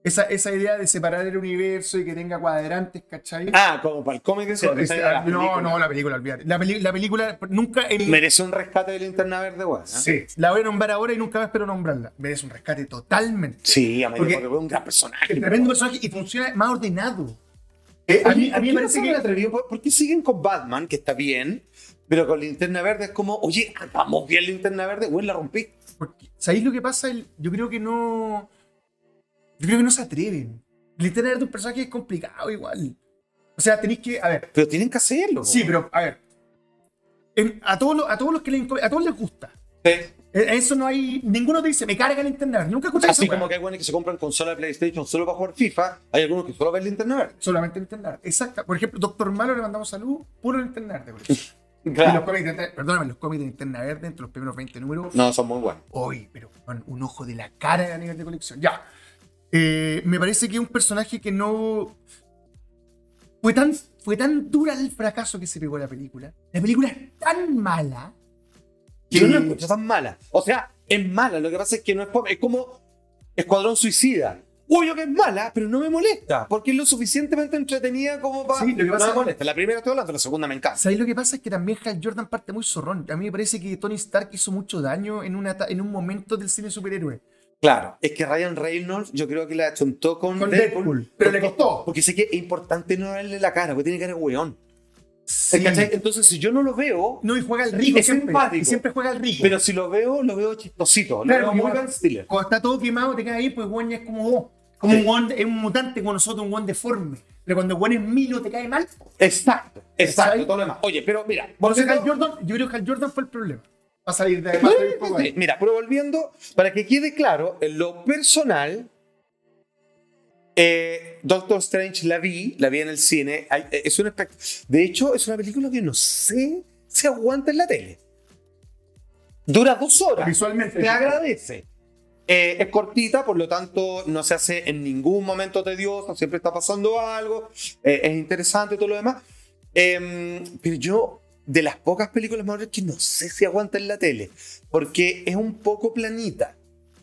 Esa, esa idea de separar el universo y que tenga cuadrantes, ¿cachai? Ah, como para el cómic de Es- Sony, la no, película. no, la película, olvídate. La, peli- la película nunca. en- Merece un rescate de linterna verde, weón. ¿eh? Sí, la voy a nombrar ahora y nunca más espero nombrarla. Merece un rescate totalmente. Sí, a mí Porque- porque fue un gran personaje. El tremendo personaje y funciona más ordenado. Eh, a mí- a ¿por mí qué me parece no se que- han atrevido? ¿Por, por qué siguen con Batman, que está bien, pero con linterna verde es como, oye, vamos bien linterna verde, güey, la rompí. Porque, ¿Sabéis lo que pasa? El- Yo creo que no. Yo creo que no se atreven. Linterna verde es un personaje que es complicado igual. O sea, tenéis que. A ver, Pero tienen que hacerlo. sí, pero a ver. En- a, todos los, a todos los que les, inco- a todos les gusta. pero... En- en Eso no hay. Ninguno te dice, me carga linterna verde. Nunca escuchas Así eso. como que hay güeyes que se compran consola de PlayStation solo para jugar FIFA, hay algunos que solo ven linterna verde. Solamente linterna verde. Exacto. Por ejemplo, Doctor Malo le mandamos salud, puro linterna verde. por ejemplo. Y los Claro. cómics de linterna- perdóname, los cómics de linterna verde, entre los primeros 20 números, No, son muy buenos. hoy, pero con un ojo de la cara a nivel de colección. Ya. Eh, me parece que es un personaje que no. Fue tan, fue tan dura el fracaso que se pegó la película. La película es tan mala. Yo no la que- encuentro tan mala. O sea, es mala. Lo que pasa es que no es pobre. Es como Escuadrón Suicida. Obvio que es mala, pero no me molesta. Porque es lo suficientemente entretenida como para. Sí, lo que pasa no es- me molesta. La primera estoy hablando, la segunda me encanta. ¿Sabéis lo que pasa? Es que también Hal Jordan parte muy zorrón. A mí me parece que Tony Stark hizo mucho daño en, una ta- en un momento del cine superhéroe. Claro, es que Ryan Reynolds yo creo que la achuntó con, Con Deadpool, pero le costó. Porque sé que es importante no darle la cara, porque tiene cara de weón. Sí. ¿Cachai? Entonces, si yo no lo veo, No, y juega al rico Es siempre. simpático. Y siempre juega al rico. pero si lo veo, lo veo chistosito. Lo Claro, veo porque muy cuando- Ben Stiller. Cuando está todo quemado, te quedas ahí, pues Juan ya es como vos. Como Sí. un guan, es un mutante como nosotros, un guan deforme. Pero cuando Juan es Milo, te cae mal. Exacto, exacto, ¿Cachai? todo lo demás. Oye, pero mira, Entonces, volviendo- Hal Jordan, yo creo que Hal Jordan fue el problema. Va a salir de va a salir un poco de Sí, ahí. Mira, pero volviendo, para que quede claro, en lo personal, eh, Doctor Strange la vi, la vi en el cine. hay- Es un espect- De hecho, es una película que no sé si aguanta en la tele. Dura dos horas. Visualmente. Te agradece. Eh, es cortita, por lo tanto no se hace en ningún momento tediosa, siempre está pasando algo, eh, es interesante todo lo demás. Eh, pero yo, de las pocas películas más que no sé si aguanta en la tele, porque es un poco planita,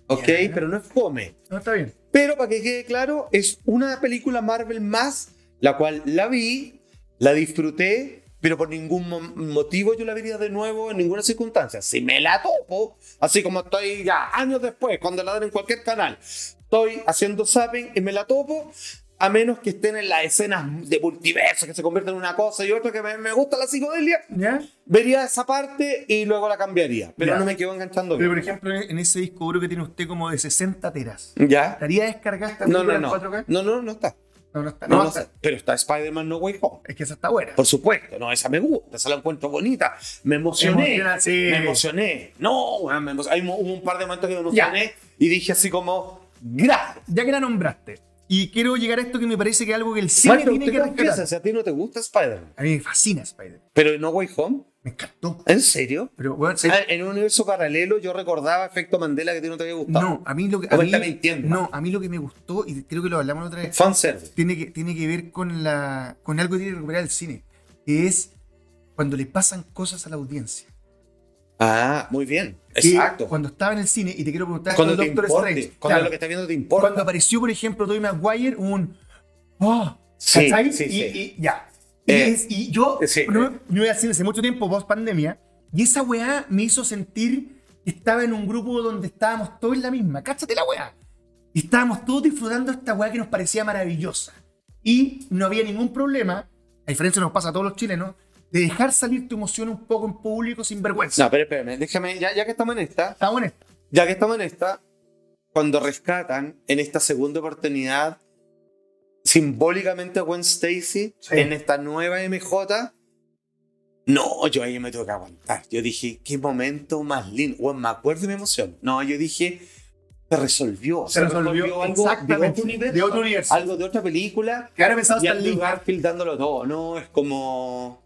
¿ok? Ya. Pero no es fome. No, está bien. Pero para que quede claro, es una película Marvel más, la cual la vi, la disfruté, pero por ningún mo- motivo yo la vería de nuevo en ninguna circunstancia. Si me la topo, así como estoy ya años después, cuando la dan en cualquier canal, estoy haciendo zapping y me la topo, a menos que estén en las escenas de multiverso, que se convierten en una cosa y otra, que me, me gusta la psicodelia, ¿Ya? vería esa parte y luego la cambiaría. Pero Ya. no me quedo enganchando Pero bien. por ejemplo, en ese disco duro que tiene usted como de 60 teras, ¿Ya? ¿estaría descargada esta No, película no, en no. 4K? No, no, no está. No, no está. No, No, no está. sé, pero está Spider-Man No Way Home. Es que esa está buena. Por supuesto, no, esa me gusta, esa la encuentro bonita. Me emocioné. Emociona, sí. Me emocioné. No, weón, me emo- hay mo- hubo un par de momentos que me Ya. emocioné y dije así como, gracias. Ya que la nombraste, y quiero llegar a esto que me parece que es algo que el cine Marta, tiene ¿usted que qué piensa? rescatar. Si a ti no te gusta Spider-Man, A mí me fascina Spider. pero en No Way Home, Me encantó. ¿en serio? Pero, bueno, se- Ah, En un universo paralelo yo recordaba Efecto Mandela que a ti no te había gustado. no, a mí lo que. O A me mí, está mintiendo. no, a mí lo que me gustó, y creo que lo hablamos la otra vez, Fanservice. tiene que, tiene que ver con, la, con algo que tiene que recuperar el cine, que es cuando le pasan cosas a la audiencia. Ah, muy bien. Que Exacto. Cuando Cuando, estaba en el cine, y te quiero preguntar, te con Doctor importe, Strange, cuando claro, lo que estás viendo te importa. cuando apareció, por ejemplo, Tobey Maguire, un. ¡Oh! Sí, ¿cachai? sí, y, sí. y ya. Eh, y, es- y yo, sí. no, no voy a decir hace mucho tiempo, post pandemia, y esa weá me hizo sentir que estaba en un grupo donde estábamos todos en la misma. ¡Cáchate la weá! Y estábamos todos disfrutando esta weá que nos parecía maravillosa. Y no había ningún problema, a diferencia de nos pasa a todos los chilenos, de dejar salir tu emoción un poco en público sin vergüenza. No, pero espérame, déjame, ya, ya que estamos en esta, ¿Está bueno? Ya que estamos en esta, cuando rescatan en esta segunda oportunidad simbólicamente a Gwen Stacy Sí. en esta nueva MJ, no, yo ahí me tuve que aguantar. Yo dije, qué momento más lindo. Bueno, me acuerdo y me emociono. No, yo dije, se resolvió. Se resolvió, algo de exactamente, otro universo. de otro universo. Algo de otra película. Que ahora me Y hasta el Andrew link. Garfield dándolo todo. No, es como...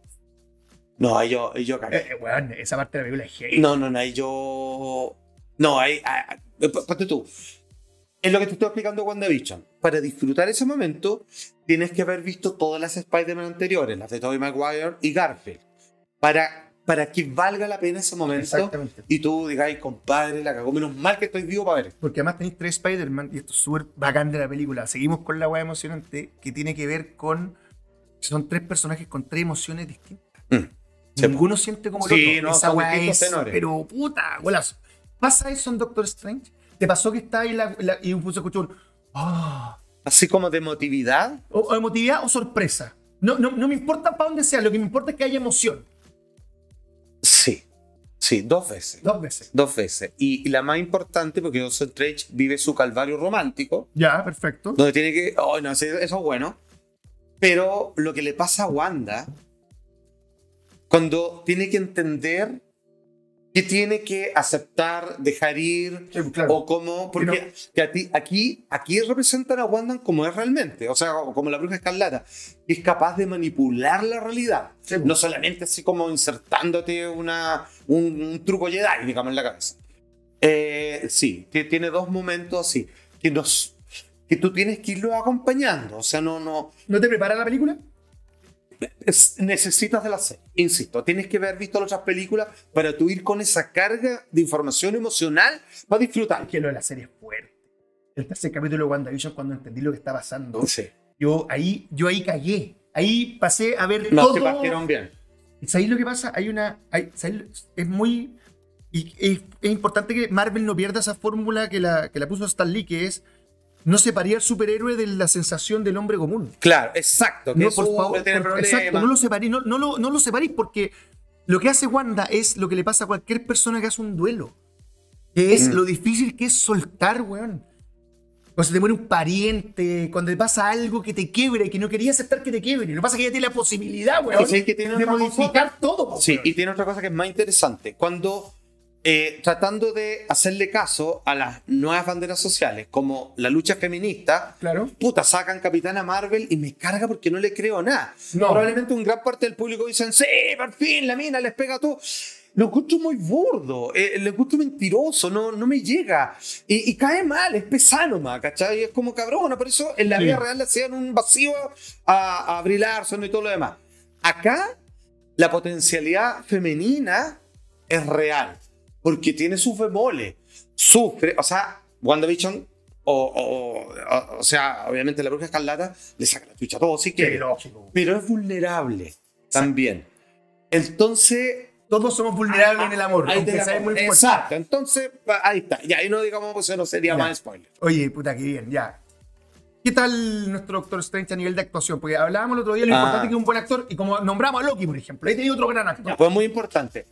No, ahí yo, ahí yo cagué. Eh, eh, weón, esa parte de la película es heavy. No, no, no, ahí yo. No, ahí. ah, ah, p- Ponte tú. Es lo que te estoy explicando WandaVision. Para disfrutar ese momento, tienes que haber visto todas las Spider-Man anteriores, las de Tobey Maguire y Garfield. Para, para que valga la pena ese momento. Exactamente. Y tú digas, "Ay, compadre, la cagó. Menos mal que estoy vivo para ver. esto". Porque además tenéis tres Spider-Man y esto es súper bacán de la película. Seguimos con la weá emocionante que tiene que ver con. Son tres personajes con tres emociones distintas. Mm. Sí, Ninguno siente como el Sí, otro. no, Esa son weá distintos es. tenores. Pero puta, golazo. ¿Pasa eso en Doctor Strange? ¿Te pasó que está ahí la, la- y un se escuchó un. ah, Así como de emotividad. o, o emotividad o sorpresa? No, no, no me importa para dónde sea, lo que me importa es que haya emoción. Sí. Sí, dos veces. Dos veces. Dos veces. Y, y la más importante, porque Doctor Strange vive su calvario romántico. Ya, perfecto. Donde tiene que. Oh, no, sí, eso es bueno. Pero lo que le pasa a Wanda, cuando tiene que entender que tiene que aceptar, dejar ir, Sí, pues, claro. o cómo. Porque Que no- que a ti- aquí, aquí representan a Wanda como es realmente, o sea, como la bruja escarlata, que es capaz de manipular la realidad. Sí, pues. no solamente así como insertándote una, un, un truco Jedi, digamos, en la cabeza. Eh, sí, ti- tiene dos momentos así que nos que tú tienes que irlo acompañando, o sea, no, no, ¿No te prepara la película? es- necesitas de la serie, insisto, tienes que haber visto las otras películas para tú ir con esa carga de información emocional para disfrutar. Es que lo de la serie es fuerte. El tercer capítulo de WandaVision, cuando entendí lo que está pasando, Sí, yo ahí, yo ahí cagué. Ahí pasé a ver no, todo. te partieron bien. ¿Y ¿Sabéis lo que pasa? Hay una. hay- ¿sabéis lo- es muy. Y es, es importante que Marvel no pierda esa fórmula que la, que la puso Stan Lee, que es no separar al superhéroe de la sensación del hombre común. Claro, exacto. Que No, es por un- favor. tiene por- problemas. exacto, no lo separéis, no, no lo, no lo separéis porque lo que hace Wanda es lo que le pasa a cualquier persona que hace un duelo. Que es Mm. lo difícil que es soltar, weón. Cuando se te muere un pariente, cuando te pasa algo que te quiebre, que no querías aceptar que te quiebre. Lo que pasa es que ella tiene la posibilidad, weón, Y sabéis que tiene de otra cosa. modificar todo. po, Sí, weón. y tiene otra cosa que es más interesante. Cuando eh, tratando de hacerle caso a las nuevas banderas sociales, como la lucha feminista, Claro. puta, sacan Capitana Marvel y me carga porque no le creo nada. No. Probablemente un gran parte del público dicen, sí, por fin, la mina les pega tú. lo encuentro muy burdo, eh, lo encuentro mentiroso, no, no me llega. Y, y cae mal, es pesano más, ¿cachai? Es como cabrón, por eso en la Sí. vida real le hacían un vacío a, a Brie Larson y todo lo demás. Acá la potencialidad femenina es real, porque tiene sus bemoles, sufre, o sea, WandaVision, o, o, o, o sea, obviamente la bruja escarlata le saca la chucha a todo, sí que, lógico. pero es vulnerable también. Entonces, Todos somos vulnerables en el amor. Ah, ahí aunque te la sea pongo. muy fuerte. Exacto, entonces, pa- ahí está, ya, y no digamos que no sería Ya. más spoiler. Oye, puta, qué bien, ya. ¿Qué tal nuestro Doctor Strange a nivel de actuación? Porque hablábamos el otro día de lo Ah. importante que es un buen actor y como nombramos a Loki, por ejemplo, ahí tenía otro gran actor. Fue muy importante.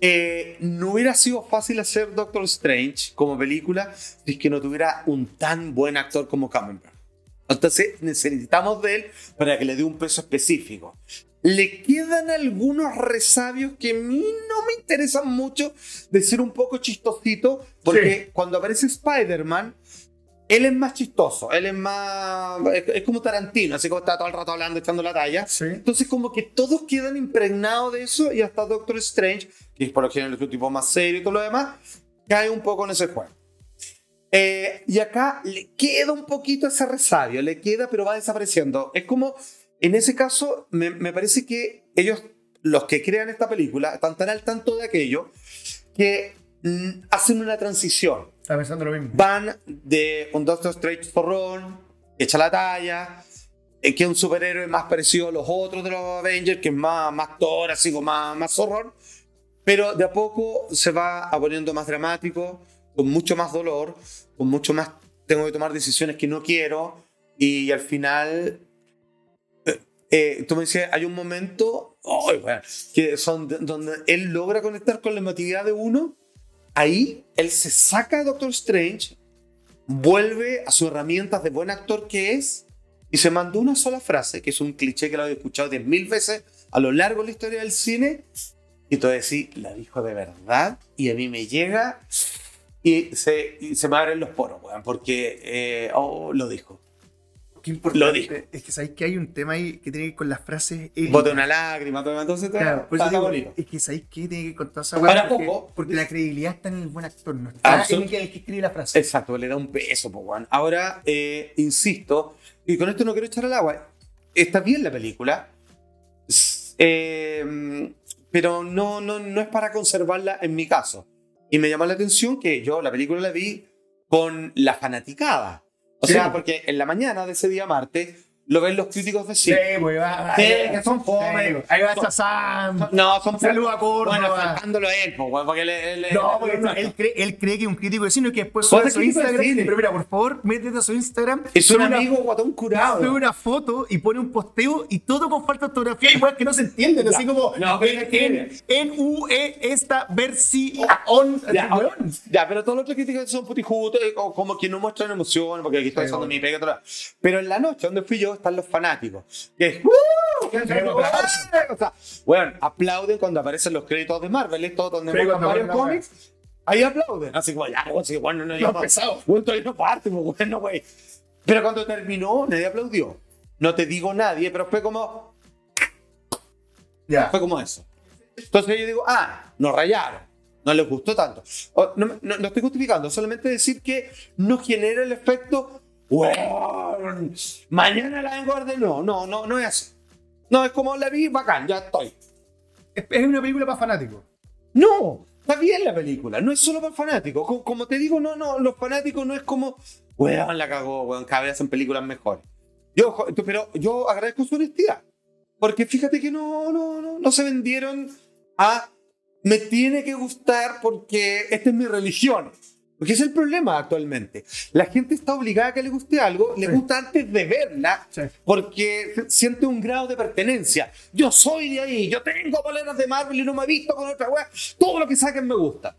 Eh, no hubiera sido fácil hacer Doctor Strange como película si es que no tuviera un tan buen actor como Cumberbatch. Entonces necesitamos de él para que le dé un peso específico. Le quedan algunos resabios que a mí no me interesan mucho de ser un poco chistosito, porque cuando aparece Spider-Man, él es más chistoso, él es más... Es, es como Tarantino, así como está todo el rato hablando, echando la talla. Sí. Entonces como que todos quedan impregnados de eso y hasta Doctor Strange, que es por lo general es un tipo más serio y todo lo demás, cae un poco en ese juego. Eh, y acá le queda un poquito ese resabio, le queda, pero va desapareciendo. Es como, en ese caso, me, me parece que ellos, los que crean esta película, están tan al tanto de aquello que mm, hacen una transición. Estaba pensando lo mismo. Van de un Doctor Strange zorrón, que echa la talla, eh, que es un superhéroe más parecido a los otros de los Avengers, que es más, más Thor, así como más, más zorrón, pero de a poco se va a poniendo más dramático, con mucho más dolor, con mucho más tengo que tomar decisiones que no quiero y al final eh, eh, tú me decías, hay un momento ay, bueno, que son d- donde él logra conectar con la emotividad de uno, ahí él se saca a Doctor Strange, vuelve a sus herramientas de buen actor que es y se mandó una sola frase, que es un cliché que lo he escuchado diez mil veces a lo largo de la historia del cine, y todo decir, la dijo de verdad, y a mí me llega y se, y se me abren los poros, weón, porque eh, oh, lo dijo. Qué importante. Lo dijo. Es que sabéis que hay un tema ahí que tiene que ver con las frases. eh, Bote una lágrima, todo, entonces Claro, por eso está digo, bonito. es que sabéis que tiene que ver con toda esa Para weá, porque, poco. porque la credibilidad está en el buen actor, no está en Absolut- Eh, el que, el que escribe la frase. Exacto, le da un peso, po, weón. Ahora, eh, insisto, y con esto no quiero echar al agua, está bien la película, s- eh, pero no, no, no es para conservarla en mi caso. Y me llamó la atención que yo la película la vi con la fanaticada. O Sí, sea, po. porque en la mañana de ese día martes lo ven los críticos de cine. pues va. Sí, ahí va- que son fome. sí, Ahí va Son- Shazam. No, son Saluda a Córdoba. Bueno, faltándolo a él, po, weón, porque él, él- No, él- porque no, él, cree, él cree que es un crítico de cine y que después Vos sube a eres su crítico de Instagram. cine. Pero mira, por favor, métete a su Instagram. es un sube una- amigo guatón curado. Sube una foto y pone un posteo y todo con falta de ortografía y weas que no se entienden. Así como No, pero es que- en, en UE esta versión. Ya, Así, ahora- weón. ya, pero todos los otros críticos son putijutos, eh, o como que no muestran emoción, porque aquí estoy Sí, haciendo bueno. mi pega. todo lo- Pero en la noche, donde fui yo, están los fanáticos. Que es, ¡Uh! Pero aplausos. O sea, bueno, aplauden cuando aparecen los créditos de Marvel, es todo donde Sí, muestran cuando varios ponen la cómics. Ahí aplauden. Así como, ya, bueno, sí, bueno, no, yo Los no- pesados. Bueno, todavía no parte, pues, bueno, güey. Pero cuando terminó, nadie aplaudió. No te digo nadie, pero fue como, Ya. fue como eso. Entonces yo digo, ah, nos rayaron, no les gustó tanto. O- no, no- no estoy justificando, solamente decir que no genera el efecto, "Weón, mañana la engorde. No, no, no, no es así. No, es como la vi, bacán, ya estoy. Es es una película para fanáticos. No, está bien la película, no es solo para fanáticos. Co- Como, te digo, no, no, los fanáticos no es como, weón, la cagó, weón, cada vez hacen películas mejores. Yo, jo- tú- pero yo agradezco su honestidad, porque fíjate que no, no, no, no se vendieron a, me tiene que gustar porque esta es mi religión. Porque es el problema actualmente. La gente está obligada a que le guste algo, le Sí. gusta antes de verla, Sí. porque siente un grado de pertenencia. Yo soy de ahí, yo tengo poleras de Marvel y no me he visto con otra wea. Todo lo que saquen me gusta.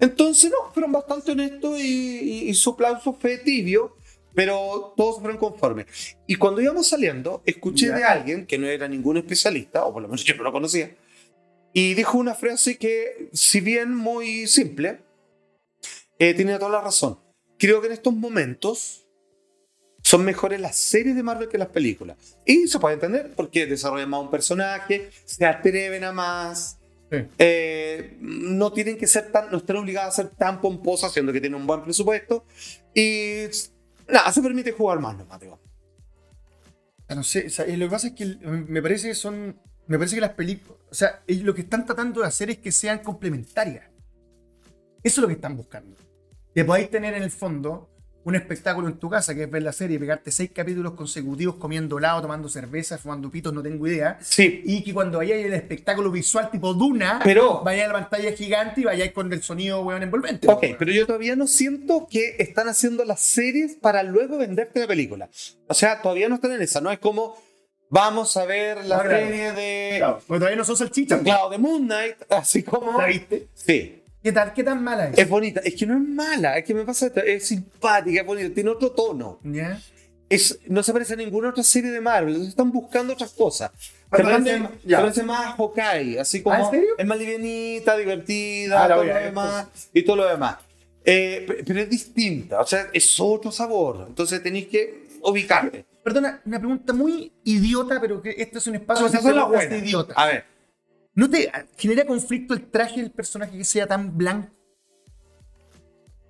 Entonces, no, fueron bastante honestos y, y- y su aplauso fue tibio, pero todos fueron conformes. Y cuando íbamos saliendo, escuché Ya. de alguien que no era ningún especialista, o por lo menos yo no lo conocía, y dijo una frase que, si bien muy simple, eh, tenía toda la razón. Creo que en estos momentos son mejores las series de Marvel que las películas. Y se puede entender porque desarrollan más un personaje, se atreven a más, Sí. Eh, no tienen que ser tan, no están obligadas a ser tan pomposas, siendo que tienen un buen presupuesto. Y nada, se permite jugar más nomás, digo. Ah, No sé, o sea, eh, lo que pasa es que el- me parece que son. Me parece que las películas. O sea, ellos lo que están tratando de hacer es que sean complementarias. Eso es lo que están buscando. Que podáis tener en el fondo un espectáculo en tu casa, que es ver la serie, pegarte seis capítulos consecutivos comiendo helado, tomando cerveza, fumando pitos, no tengo idea. Sí, Y que cuando vayáis el espectáculo visual tipo Duna, Pero- vayáis a la pantalla gigante y vayáis con el sonido weón envolvente. Ok, pero yo todavía no siento que están haciendo las series para luego venderte la película. O sea, todavía no están en esa, no es como vamos a ver la Ah, claro. serie de Claro, porque todavía no son salchichas. Claro, de Moon Knight, así como ¿La viste? Sí, ¿Qué, tal, ¿Qué tan mala es? es bonita, es que no es mala, es que me pasa esto, es simpática, es bonita, tiene otro tono. ¿Ya? Es, no se parece a ninguna otra serie de Marvel, entonces están buscando otras cosas. Me Se parece- parece, este, ya. se parece más a Hawkeye, así como ¿Ah, en serio? es más livianita, divertida, Ah, la todo voy lo a ver, demás, y todo lo demás. Eh, pe- pero es distinta, o sea, es otro sabor, entonces tenéis que ubicarte. Perdona, una pregunta muy idiota, pero que este es un espacio Esas de son las preguntas buenas. idiota. A ver, ¿No te genera conflicto el traje del personaje que sea tan blanco?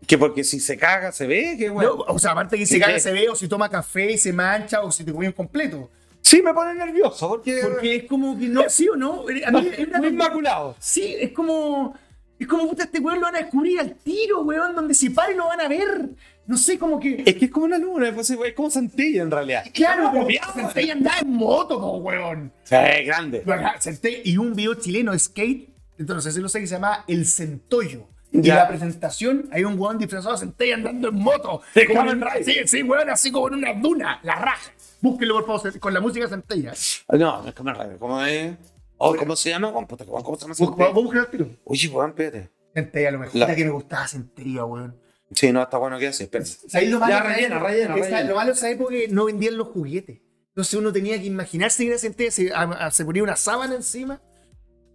que porque si se caga se ve, que bueno. No, o sea, aparte que Sí, se caga, sí. se ve, o si toma café y se mancha, o si te come un completo. Sí, me pone nervioso, porque... Porque es como que no, sí o no. A mí es una- Muy inmaculado. Sí, es como. Es como, puta, este weón lo van a descubrir al tiro, weón, donde se pare lo van a ver. No sé, como que. Es que es como una luna, pues, es como centella en realidad. Claro, pero Obviado. Centella andaba en moto, po, weón. Sí, grande. Ajá, Centella- y un video chileno de skate, entonces yo lo sé que se llama El Centollo. Y Ya. la presentación, hay un weón disfrazado de Centella andando en moto. Sí, Como como en- en- sí, sí, weón, así como en una duna, la raja. Búsquenlo, por favor, Cent- con la música de Centella. No, no es como radio, como es. Oh, ¿Cómo se llama? Juan, puta, Juan, ¿Cómo se llama? ese Bú- hotel? Vos buscas el tiro. Oye, Juan, espérate. Centella, a lo mejor. La- Puta que me gustaba Centella, weón. Sí, no, está bueno que hace, espérate. ¿Sabéis lo malo? Ya, de esa rellena, época? rellena, Esa- rellena. Lo malo de esa época es que no vendían los juguetes. Entonces uno tenía que imaginarse que era centella, se, a- a- se ponía una sábana encima.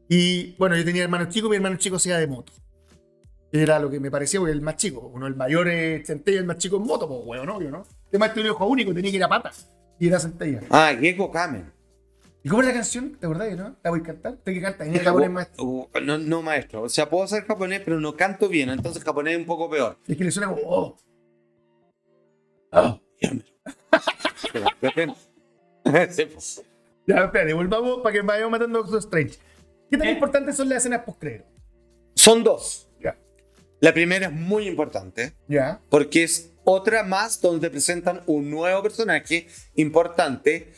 Y bueno, yo tenía hermanos chicos, mi hermano chico se iba de moto. Era lo que me parecía, porque el más chico, uno el mayor es centella, el más chico es moto, pues weón, obvio, ¿no? Además tenía un ojo único, tenía que ir a patas. Y era centella. Ah, Gecko Kamen. ¿Y cómo era la canción? ¿Te acordás, no? ¿La voy a cantar? ¿Te que cantar? En japonés más. Uh, no, no, maestro. O sea, puedo hacer japonés, pero no canto bien, entonces japonés es un poco peor. Es que le suena como. Oh. Llámelo. Sí, pues. Ya, espérate, volvamos para que vayamos matando a Doctor Strange. ¿Qué Eh. tan importantes son las escenas post-crédito? Son dos. Ya. La primera es muy importante. Ya. porque es otra más donde presentan un nuevo personaje importante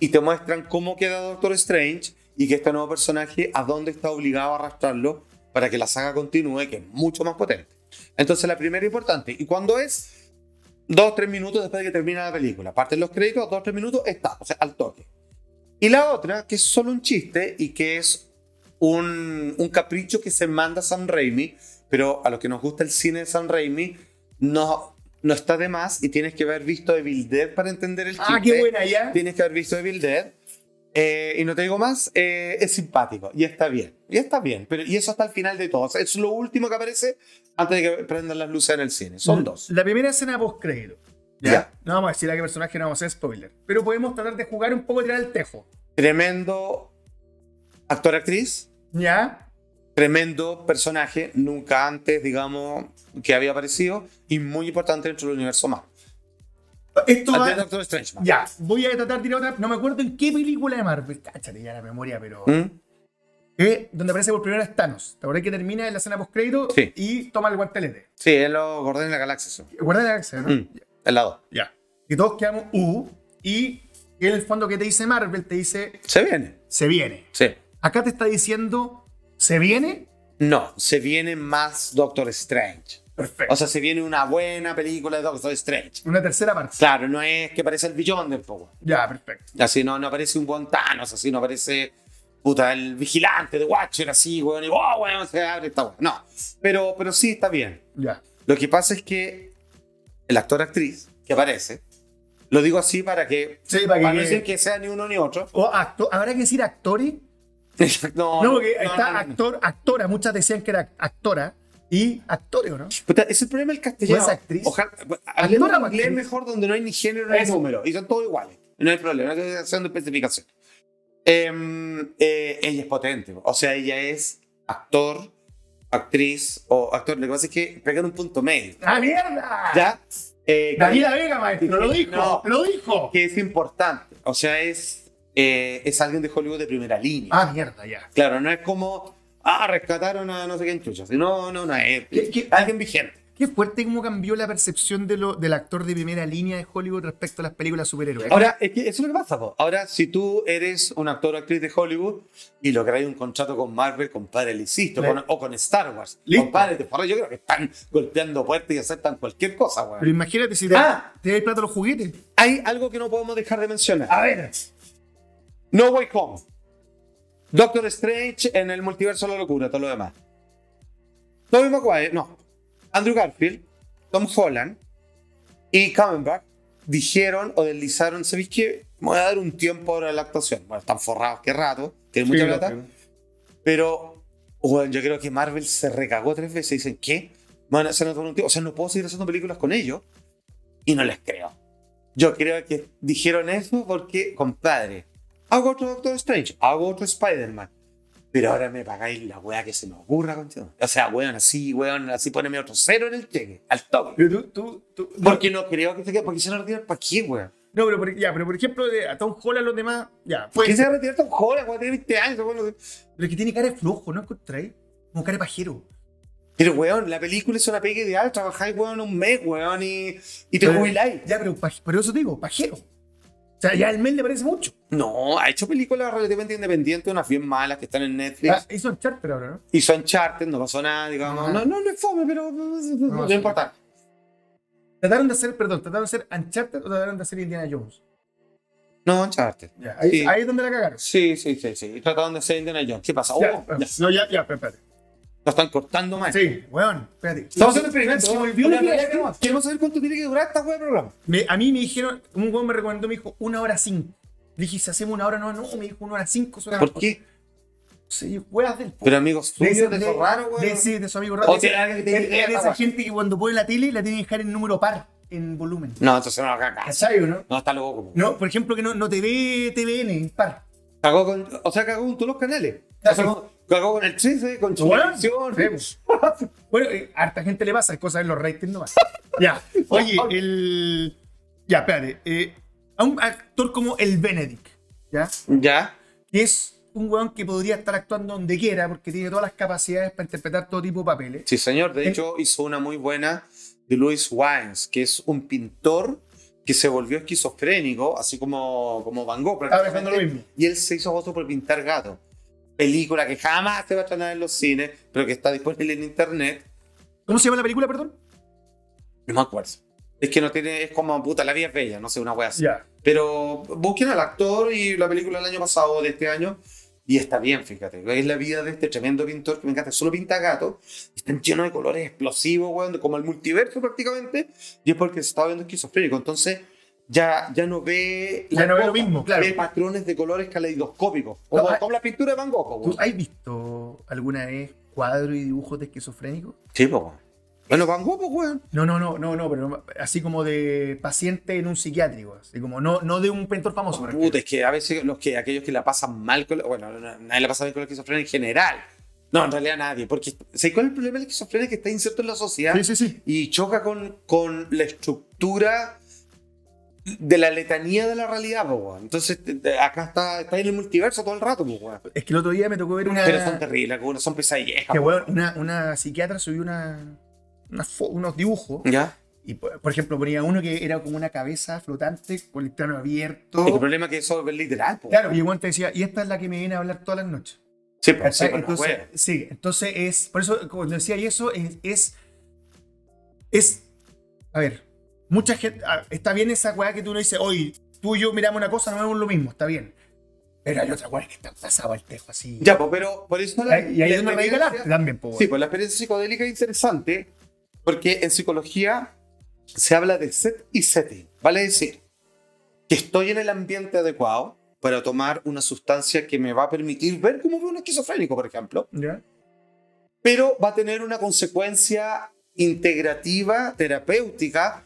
y te muestran cómo queda Doctor Strange y que este nuevo personaje a dónde está obligado a arrastrarlo para que la saga continúe, que es mucho más potente. Entonces la primera es importante. ¿Y cuando es? Dos, tres minutos después de que termina la película. Parten los créditos, dos, tres minutos, está, o sea, al toque. Y la otra, que es solo un chiste y que es un, un capricho que se manda Sam Raimi, pero a los que nos gusta el cine de Sam Raimi, no, no está de más y tienes que haber visto Evil Dead para entender el chiste. Ah, qué buena ya. Tienes que haber visto Evil Dead. Eh, y no te digo más, eh, es simpático y está bien. Y está bien, pero y eso hasta el final de todo. O sea, es lo último que aparece antes de que prendan las luces en el cine. Son dos. La primera escena post-crédito. ¿ya? Ya. No vamos a decir a qué personaje, no vamos a hacer spoiler. Pero podemos tratar de jugar un poco y tirar el tejo. Tremendo actor-actriz, ¿Ya? tremendo personaje, nunca antes, digamos, que había aparecido y muy importante dentro del universo Marvel. Esto Antes de va... Doctor Strange. Marvel. Ya, voy a tratar de tirar otra. No me acuerdo en qué película de Marvel. Cáchate ya la memoria, pero. ¿Mm? Eh, donde aparece por primera vez Thanos. ¿Te acordás que termina en la escena post-crédito Sí. y toma el guantelete? Sí, es los Guardianes de la Galaxia. eso. Guarda la escena, ¿no? Mm, El lado. Ya. Y todos quedamos U. Y en el fondo que te dice Marvel, te dice, Se viene. se viene. Sí. Acá te está diciendo, se viene. No, se viene más Doctor Strange. Perfecto. O sea, se viene una buena película de Doctor Strange. Una tercera parte. Claro, no es que parece el billón del poco. Ya, perfecto. Así no, no aparece un buen Thanos, así no aparece puta, el vigilante de Watcher, así, weón, y wow, weón, se abre esta weón. No, pero, pero sí está bien. Ya. Lo que pasa es que el actor-actriz que aparece, lo digo así para que. Sí, para que- no decir que sea ni uno ni otro. O acto- ¿Habrá que decir actores? no, No, porque no, está no, no, no. actor, actora. Muchas decían que era actora. Y actores, ¿o no? Puta, Pues, es el problema del castellano. ¿O es Pues, actriz? Ojalá. pues, Hablemos ¿Actora o inglés actriz? mejor donde no hay ni género ni Eso. número. Y son todos iguales. No hay problema. No hay que hacer una especificación. Em, eh, ella es potente. O sea, ella es actor, actriz o actor. Lo que pasa es que pegan un punto medio. ¡Ah, mierda! ¿Ya? Eh, Daniela Vega, maestro, lo dijo, No. lo dijo. que es importante. O sea, es, eh, es alguien de Hollywood de primera línea. Ah, mierda, ya. Claro, no es como, ah, rescataron a no sé quién chucha. No, no, no, es ¿Qué- qué- alguien vigente. Qué fuerte cómo cambió la percepción de lo, del actor de primera línea de Hollywood respecto a las películas superhéroes. Ahora, es que eso es lo que pasa. po. Ahora, si tú eres un actor o actriz de Hollywood y lográis un contrato con Marvel, compadre, le hiciste, Claro. con- o con Star Wars, Listo. compadre, te forras. yo creo que están golpeando puertas y aceptan cualquier cosa, weón. Pero imagínate si te, Ah. te dais plata a los juguetes. Hay algo que no podemos dejar de mencionar. A ver. No Way Home. Doctor Strange en el multiverso de la locura, todo lo demás. Tobey Maguire, no. Andrew Garfield, Tom Holland y Cumberbatch dijeron o deslizaron, ¿sabéis qué? Me voy a dar un tiempo ahora a la actuación. Bueno, están forrados, qué rato, tienen mucha plata. Pero, bueno, yo creo que Marvel se recagó tres veces y dicen, ¿qué? Bueno, se nos un tiempo. O sea, no puedo seguir haciendo películas con ellos. Y no les creo. Yo creo que dijeron eso porque, compadre, hago otro Doctor Strange, hago otro Spider-Man. Pero ahora me pagáis la weá que se me ocurra, conchito. O sea, weón, así, weón, así poneme otro cero en el cheque, al toque. Pero tú, tú, tú- Porque no creo que se quede, porque se van a retirar para qué, weón. No, pero por, ya, pero por ejemplo, de, a Tom Holland los demás, ya. ¿Por qué Pues, se va a retirar tan joven, weón? Tiene 20 años, weón. no sé. pero que tiene cara de flojo, ¿no encontráis? Como cara de pajero. Pero, weón, la película es una pega ideal. Trabajáis, weón, un mes, weón, y, y te Pero- jubiláis. Ya, pero paj- por eso te digo, pajero. O sea, ya el mes le parece mucho. No, ha hecho películas relativamente independientes, unas bien malas que están en Netflix. Ah, hizo Uncharted ahora, ¿no? Hizo Uncharted, no pasó nada, digamos. Ajá. No, no, no es fome, pero no, sí. importa. Trataron de hacer, perdón, trataron de hacer Uncharted o trataron de hacer Indiana Jones. No, Uncharted. Ya, ahí, Sí. ahí es donde la cagaron. Sí, sí, sí, sí. Y Trataron de hacer Indiana Jones. ¿Qué pasa? Oh, Ya, pues, ya. no, ya, ya, pero espérate. Lo están cortando más. Sí, weón, espérate. Estamos haciendo experimentos. Se me olvidó lo que iba a decir. Queremos saber cuánto tiene que durar esta web programa. Me- a mí me dijeron, un weón me recomendó, me dijo, una hora cinco. Dije, si hacemos una hora, no, no, me dijo una hora cinco. suena ¿Por mejor. qué? Sí, weas del Pero amigos, suyos, ese- de esos raros, de weón. ese- de su amigo raro. O De sea, alguien que ese- te de- diga, de esa gente que cuando pone la tele la tiene que dejar en número par, en volumen. No, entonces no, acá, acá. ¿Cachai o no? No, está loco. po. No, por ejemplo, que no, no te ve TVN, par. Cagó con, o sea, cagó con todos los canales. Ya, O sea, no. cagó con el 13, con Bueno, Chilevisión. sí. pues. Bueno, eh, harta gente le pasa, es cosa de los ratings nomás. ya, oye, el. Ya, espérate. eh, a un actor como el Benedict, ¿ya? Ya. Que es un weón que podría estar actuando donde quiera porque tiene todas las capacidades para interpretar todo tipo de papeles. Sí, señor. De En- hecho, hizo una muy buena de Louis Wines, que es un pintor que se volvió esquizofrénico, así como, como Van Gogh. Estaba pensando prácticamente, lo mismo. Y él se hizo voto por pintar gato. Película que jamás se va a estrenar en los cines, pero que está disponible en internet. ¿Cómo se llama la película, perdón? No me acuerdo. Es que no tiene, es como puta, la vida es bella, no sé, una wea así. Ya. Pero busquen al actor y la película del año pasado, de este año, y está bien, fíjate. Es la vida de este tremendo pintor que me encanta. Solo pinta gatos, están llenos de colores explosivos, weón, como el multiverso prácticamente, y es porque se está viendo esquizofrénico. Entonces, ya, ya no ve. Ya las no ve lo cosas, mismo, claro. Ve patrones de colores caleidoscópicos, como, No, como la pintura de Van Gogh, po, ¿Tú weón. has visto alguna vez cuadros y dibujos de esquizofrénicos? Sí, po, weón. Bueno, Van Gogh, po, weón. No, no, no, no, no, pero no- así como de paciente en un psiquiátrico, así como no, no de un pintor famoso. me refiero. Puta, es que a veces los que, aquellos que la pasan mal con la, Bueno, no- nadie la pasa bien con la esquizofrenia en general. No, en realidad nadie. Porque, ¿sabes cuál es el problema de la esquizofrenia? Que está inserto en la sociedad Sí, sí, sí. y choca con, con la estructura de la letanía de la realidad, po, weón. Entonces, te- te- acá está, está en el multiverso todo el rato, po, weón. Es que el otro día me tocó ver una. Pero son terribles, algunos son pesadillas. que, weón, una, una psiquiatra subió una, una fo- unos dibujos. ¿Ya? Y por, por ejemplo, ponía uno que era como una cabeza flotante con el plano abierto. El problema es que eso es literal, po. Claro, y el weón te decía, y esta es la que me viene a hablar todas las noches. Sí, po, sí, ¿Cachai? po, no, entonces, weón. sí, entonces es. Por eso, como te decía, y eso es. Es. es- a ver, mucha gente. a- está bien esa weá que tú no dices, hoy tú y yo miramos una cosa, no vemos lo mismo, está bien. Pero hay otra weá que está pasada al tejo así. Ya, po, pero por eso y la- ahí es la donde radica el arte experiencia- también, po, Sí, weón. pues la experiencia psicodélica es interesante porque en psicología se habla de set y setting. Vale decir, que estoy en el ambiente adecuado para tomar una sustancia que me va a permitir ver cómo ve un esquizofrénico, por ejemplo, ¿Ya? pero va a tener una consecuencia integrativa, terapéutica,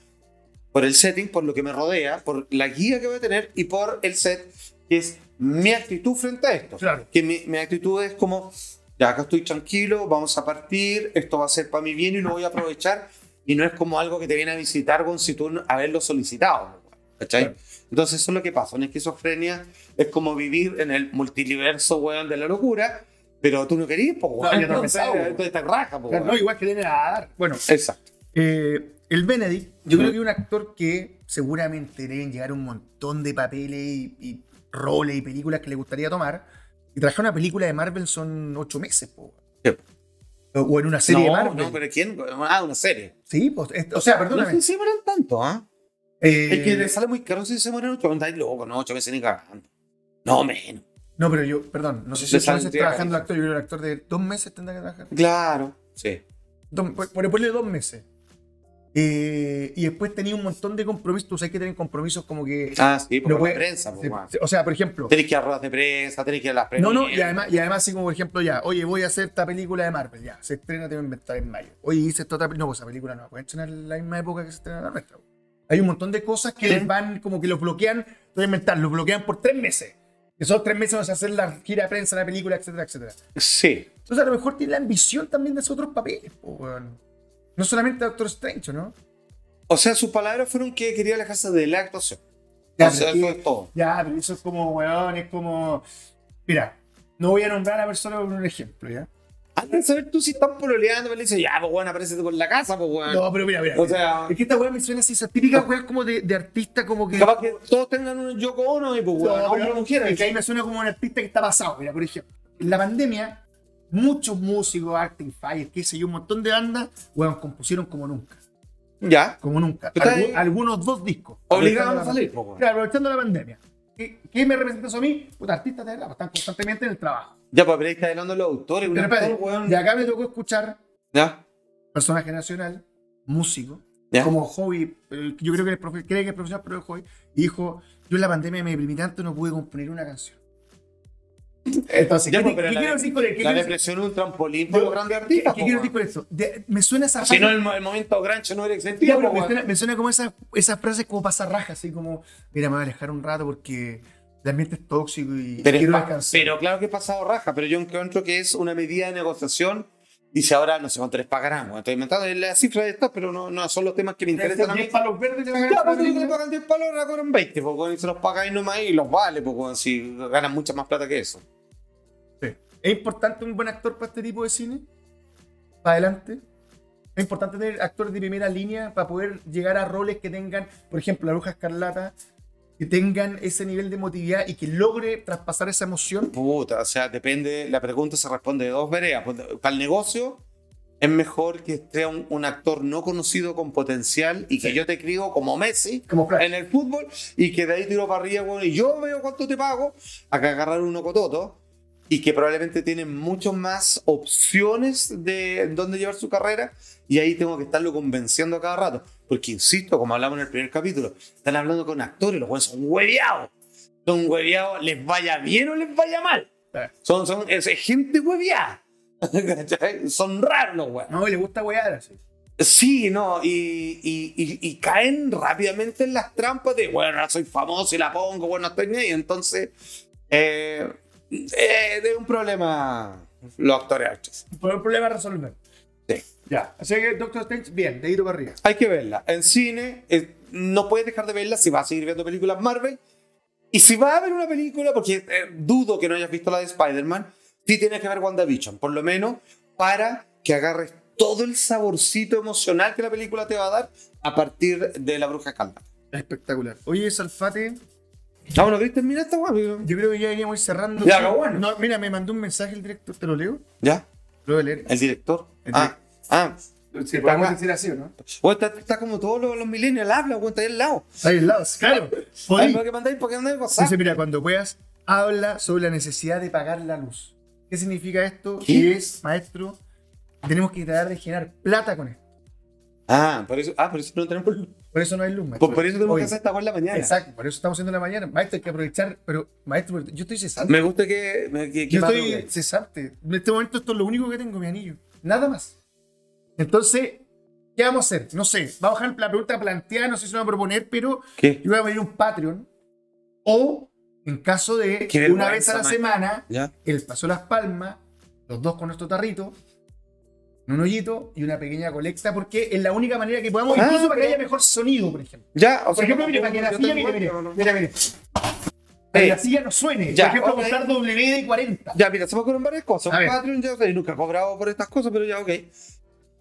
por el setting, por lo que me rodea, por la guía que voy a tener y por el set que es mi actitud frente a esto. Claro. Que mi, mi actitud es como, ya acá estoy tranquilo, vamos a partir, esto va a ser para mi bien y lo voy a aprovechar. Y no es como algo que te viene a visitar con si tú no- haberlo solicitado. ¿Cachai? Claro. Entonces eso es lo que pasa. Una esquizofrenia es como vivir en el multiverso, weón, de la locura, pero tú no querías, pues, weón. Claro, yo no entonces, pensaba, weón. entonces te raja, po, Claro, weón. no, igual que tiene a dar. Bueno, Exacto. eh, el Benedict, yo Ujú. creo que es un actor que seguramente deben llegar un montón de papeles y, y roles y películas que le gustaría tomar. Y trabajar una película de Marvel son ocho meses, po. Sí. O- O en una serie de no, Marvel. no, pero ¿quién? Ah, una serie. Sí, pues, es- o sea, No es que perdóname. se demoran tanto, ¿ah? Eh, Es que le sale muy caro si se mueren ocho andáis loco, no, ocho veces ni cagando. No, menos. No, pero yo, perdón, no sé si Le ocho meses saldría trabajando carísimo. actor, yo creo que el actor de dos meses tendrá que trabajar. Claro. Sí. Dos- por, por ponle dos meses. Eh, y después tenía un montón de compromisos. Tú sabes que tienen compromisos como que. Ah, sí, por no la puede- prensa, se- pues, weón. se- O sea, por ejemplo. Tenés que ir a ruedas de prensa, tenés que ir a las No, prensa. no, y además, y además, así como por ejemplo, ya, oye, voy a hacer esta película de Marvel, ya, se estrena, te voy a inventar en mayo. Oye, hice esta otra película, no, pues esa película no, pueden estrenar en la misma época que se estrena la nuestra. pues. Hay un montón de cosas que Sí. les van, como que los bloquean, te voy a inventar, los bloquean por tres meses. Esos tres meses vas a hacer la gira de prensa, la película, etcétera, etcétera. Sí. Entonces, a lo mejor tiene la ambición también de hacer otros papeles, po, weón. No solamente Doctor Strange, ¿no? O sea, sus palabras fueron que quería alejarse de la actuación. Ya, o sea, pero eso es que- es todo. ya, pero eso es como, weón, es como. Mira, no voy a nombrar a personas por un ejemplo, ¿ya? Antes de saber tú si están pololeando, me le dice, ya, pues bueno, aparece con la casa, pues bueno. No, pero mira, mira. O mira. sea- es que esta weá me suena así, esas típicas weas como de, de artista, como que. Capaz que todos tengan un Yoko Ono y pues No, bueno, hombre pero- o mujer. es que ahí me suena como un artista que está pasado. Mira, por ejemplo, en la pandemia, muchos músicos, Arctic Fire, qué sé yo, un montón de bandas, weón, compusieron como nunca. Ya. Como nunca. Pero está Algu- ahí- algunos dos discos. Obligados a Aprovechando la- salir, pues bueno. Claro, aprovechando la pandemia. ¿Qué, qué me representa eso a mí? Puta, artistas de verdad, pues, están constantemente en el trabajo. Ya, pues, pero ahí está hablando los autores, un Pero actor, espérate, weón. de acá me tocó escuchar Ya. personaje nacional, músico, Ya. como hobby, eh, yo creo que es profe- cree que es profesional, pero es hobby, y dijo, yo en la pandemia me deprimí tanto, no pude componer una canción. Entonces, Ya, ¿qué, pues, te- pero qué la- quiero decir con el- qué La quiero decir- depresión es un trampolín yo- para los grandes artistas. ¿Qué po, quiero decir weón. con eso? De- me suena esa Si frase- no, el, mo- el momento grancho no era Ya, existía. pero po, me, weón. suena, me suena como esas, esas frases como pasarrajas, así como, mira, me voy a alejar un rato porque el ambiente es tóxico y Pero, es quiero pa- descansar. pero claro que he pasado raja, pero yo encuentro que es una medida de negociación. Dice ahora no sé cuánto les pagarán. weón. Estoy inventando la cifra de estas, pero no, no son los temas que me interesan a mí. palos verdes te van a Ya, pues, ganar. digo que le pagan 10 palos, ahora cobran 20, po, weón, y se los pagáis nomás y los vale, po, weón, si ganan mucha más plata que eso. Sí. ¿Es importante un buen actor para este tipo de cine? ¿Para adelante? ¿Es importante tener actores de primera línea para poder llegar a roles que tengan, por ejemplo, la bruja escarlata, que tengan ese nivel de emotividad y que logre traspasar esa emoción? Puta, o sea, depende, la pregunta se responde de dos veredas. Pues, Para el negocio es mejor que esté un, un actor no conocido con potencial y que yo te crío como Messi Como Flash. en el fútbol y que de ahí tiro para arriba, weón, y yo veo cuánto te pago, a que agarrar uno cototo y que probablemente tienen muchas más opciones de dónde llevar su carrera y ahí tengo que estarlo convenciendo a cada rato. Porque, insisto, como hablamos en el primer capítulo, están hablando con actores, los buenos son hueveados. Son hueveados, les vaya bien o les vaya mal. Son, son es gente hueveada. ¿Cachai? son raros los huevos. No, y le gusta wear así. Sí, no, y, y- y- y caen rápidamente en las trampas de, bueno, ahora soy famoso y la pongo, bueno, estoy ahí. Entonces, eh, eh, es un problema los actores actores. Por un problema a resolver. Sí. Ya. Así que Doctor Strange, bien, dedito para arriba. Hay que verla. En cine, eh, no puedes dejar de verla si vas a seguir viendo películas Marvel. Y si vas a ver una película, porque eh, dudo que no hayas visto la de Spider-Man, sí tienes que ver WandaVision, por lo menos para que agarres todo el saborcito emocional que la película te va a dar a partir de La Bruja Escarlata. Espectacular. Oye, Salfate, Ah, bueno, Cristian, mira esta guapa. yo creo que ya deberíamos ir cerrando. Ya, pero bueno. No, mira, me mandó un mensaje el director, ¿te lo leo? ¿Ya? Lo voy a leer. ¿El director? El ah, ah. Sí, podemos decir así, ¿no? Güey, está, está como todos los, los millennials, habla, güey, está ahí al lado. Ahí al lado, claro. Ay, Podí. ¿Por qué mandáis? ¿Por qué mandáis WhatsApp? Dice, mira, cuando puedas, habla sobre la necesidad de pagar la luz. ¿Qué significa esto? ¿Qué? ¿Qué es, maestro? Tenemos que tratar de generar plata con esto. Ah, por eso, ah, por eso no tenemos luz. Por eso no hay luz, maestro. Por, por eso tenemos Oye, que hacer esta güey en la mañana. Exacto, por eso estamos haciendo la mañana. Maestro, hay que aprovechar, pero maestro, yo estoy cesante. Me gusta que. me- que, que Yo madrugue. estoy cesante. En este momento esto es lo único que tengo, mi anillo. Nada más. Entonces, ¿qué vamos a hacer? No sé, va a bajar la pregunta planteada, no sé si lo van a proponer, pero ¿Qué? yo voy a abrir un Patreon o En caso de Qué una vez vergüenza, a la man. semana, ¿Ya? el pasó las palmas, los dos con nuestro tarrito, en un hoyito y una pequeña colecta, porque es la única manera que podamos, Ah, incluso para que pero- haya mejor sonido, por ejemplo. Ya, Por o sea, ejemplo, no, mire, para que la yo silla, mire, tengo- mire, no, no, no. mira, mire. Para que Eh, la silla no suene. ya, por ejemplo, ok. comprar WD-40. Ya, mira, se me ocurren varias cosas. A ver. Patreon, ya, o sea, nunca he cobrado por estas cosas, pero ya, ok.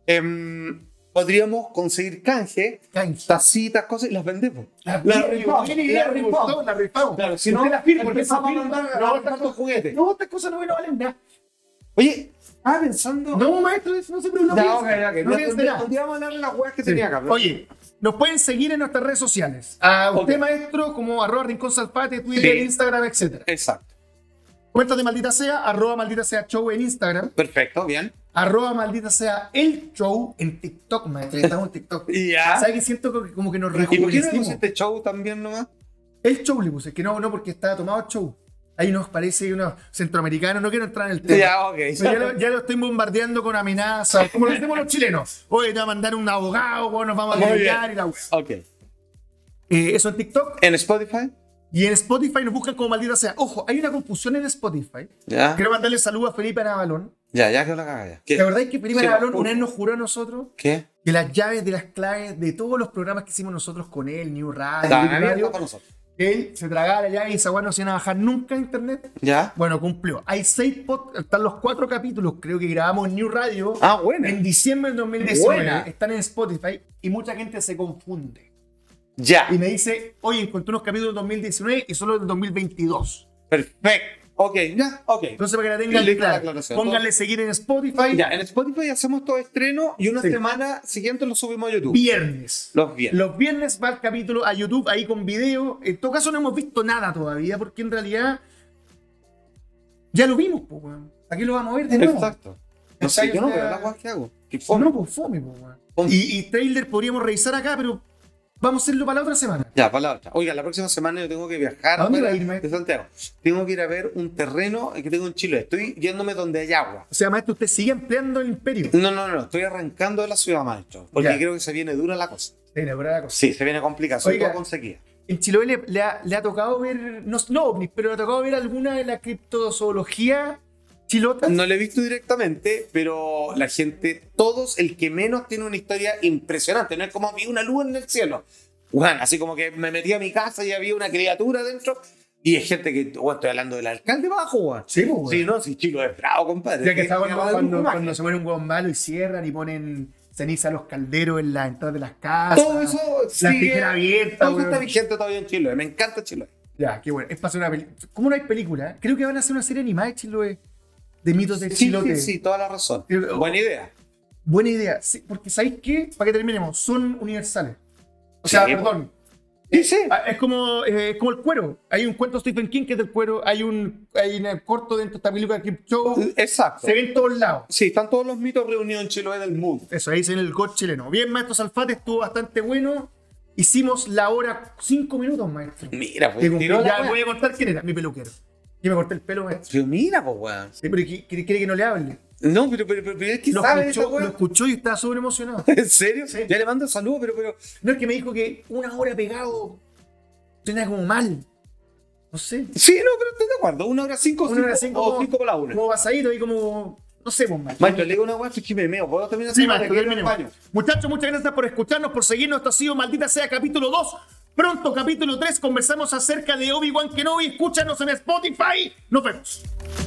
Em, podríamos conseguir canje, Canje. tacitas, cosas, y las vendemos. La, La rifamos, viene idea, la la rifamos. rifamos. La rifamos. Claro, si Usted no, la firma, porque esa empezamos a firma- mandar- no, a estas mandar cosas- juguetes. No, estas cosas no, no valen nada. Oye, estaba pensando. No, maestro, eso no se preocupe. Ya, No, ok, piense, ya, que no ya, piense un día- nada. un día vamos a hablar de las weas que Sí. tenía acá. pero- Oye, nos pueden seguir en nuestras redes sociales. A usted, Ah, Ok. maestro, como arroba rincón salpate, Twitter, Sí. Instagram, etc. Exacto. Cuentas de maldita sea, arroba maldita sea show en Instagram, Perfecto, bien. arroba maldita sea el show en TikTok, maestro. Estamos en TikTok. Y ya. ¿Sabes que siento como que, como que nos Ah. ¿Y por qué no hicimos rejuvenecimos? este show también nomás? El show le puse, que no, no, porque estaba tomado show. Ahí nos parece unos centroamericanos, no quiero entrar en el tema. Ya, ok. Pero Ya lo, ya lo estoy bombardeando con amenazas, como lo hacemos los chilenos. Oye, te va a mandar un abogado, weón, nos vamos a Muy bien. pelear y la wea. Ok. Eh, Eso en TikTok. ¿En Spotify? Y en Spotify nos buscan como maldita sea. Ojo, hay una confusión en Spotify. Ya. Quiero mandarle saludo a Felipe Anabalón. Ya, ya que la caga ya. ¿Qué? La verdad es que Felipe Ah. Sí, Anabalón por- una vez nos juró a nosotros ¿Qué? que las llaves de las claves de todos los programas que hicimos nosotros con él, New Radio, Estaban New Radio, abiertos para nosotros. él se tragaba la llave y esa weá no se iban a bajar nunca a internet. Ya. Bueno, cumplió. Hay seis podcasts, están los cuatro capítulos, creo que grabamos en New Radio Ah, bueno. en diciembre del 2019. Buena. Están en Spotify y mucha gente se confunde. Ya. Y me dice, oye, encontré unos capítulos del 2019 y solo del 2022. Perfecto. Ok, ya, ok. Entonces, para que la tengan Listo la clara, aclaración. pónganle seguir en Spotify Ya, en Spotify hacemos todo estreno y una Sí. semana siguiente lo subimos a YouTube. viernes. Los viernes. Los viernes va el capítulo a YouTube ahí con video. En todo caso, no hemos visto nada todavía porque en realidad ya lo vimos, po, weón. Aquí lo vamos a ver de nuevo. Exacto. No sé, yo no veo las cosas que hago. Qué fome. No, pues fome, po, weón. Fome. Y, y trailer podríamos revisar acá, pero vamos a hacerlo para la otra semana. Ya, palabra. Oiga, la próxima semana yo tengo que viajar ¿A dónde fuera va a ir, maestro? de Santiago. Tengo que ir a ver un terreno que tengo en Chile. Estoy yéndome donde hay agua. O sea, maestro, usted sigue empleando el imperio. No, no, no. Estoy arrancando de la ciudad, maestro. Porque Ya. creo que se viene dura la cosa. De la verdad, la cosa. Sí, se viene complicada. Sobre Oiga. todo con sequía. En Chiloé le, le ha, le ha tocado ver, no, no ovnis, pero le ha tocado ver alguna de la criptozoología chilota. Pues, No lo he visto directamente, pero la gente, todos, el que menos tiene una historia impresionante. No es como vi una luz en el cielo. Bueno, así como que me metí a mi casa y había una criatura dentro. Y es gente que, bueno, estoy hablando del alcalde bajo, weón. Sí, pues, weón. Sí, no, si Chilo es bravo, compadre. Ya que Tiene está cuando, llamada de cuando- Tucumán. cuando se muere un hueón malo y cierran y ponen ceniza a los calderos en las entradas de las casas. Todo eso La sigue- tijera abierta, Todo eso weón. está vigente todavía en Chile. Me encanta Chile. Ya, qué bueno. Es para hacer una película. ¿Cómo no hay película? Creo que van a hacer una serie animada de Chiloé. De mitos de Sí, Chilote. oh, sí, sí, toda la razón. Sí, pero- Buena idea. Buena idea. Sí, porque ¿sabéis qué? Para que terminemos, son universales. O sea, Sí, pues. perdón. Sí, sí. Ah, Es como, eh, es como el cuero. Hay un cuento de Stephen King que es del cuero. Hay un, hay un corto dentro de esta película de Clip Show. Exacto. Se ven todos lados. Sí, están todos los mitos reunidos en Chile del mundo. Eso, ahí dicen el gol chileno. Bien, maestro Salfate, estuvo bastante bueno. Hicimos la hora cinco minutos, maestro. Mira, Que pues. cumplí- tiró la ya weá. voy a contar quién era, mi peluquero. Yo me corté el pelo, maestro. Pero mira, pues, weón. Sí, pero ¿qui- ¿quiere, quiere que no le hable? No, pero, pero, pero, pero es que Lo sabe esa escuchó, weá. lo escuchó y estaba súper emocionado. ¿En serio? Sí. Ya le mando saludos, pero, pero. No es que me dijo que una hora pegado suena como mal. No sé. Sí, no, pero estoy de acuerdo. Una hora cinco, Una hora cinco o como- cinco para la una. Como pasadito ahí como... No sé, pues, maestro. Maestro, le digo una weá, es que me meo. ¿Puedo terminar Sí, esta weá? maestro, Me quedo en el terminemos. baño. Muchachos, muchas gracias por escucharnos, por seguirnos. Esto ha sido Maldita Sea capítulo 2. Pronto, capítulo 3, conversamos acerca de Obi-Wan Kenobi. Escúchanos en Spotify. Nos vemos.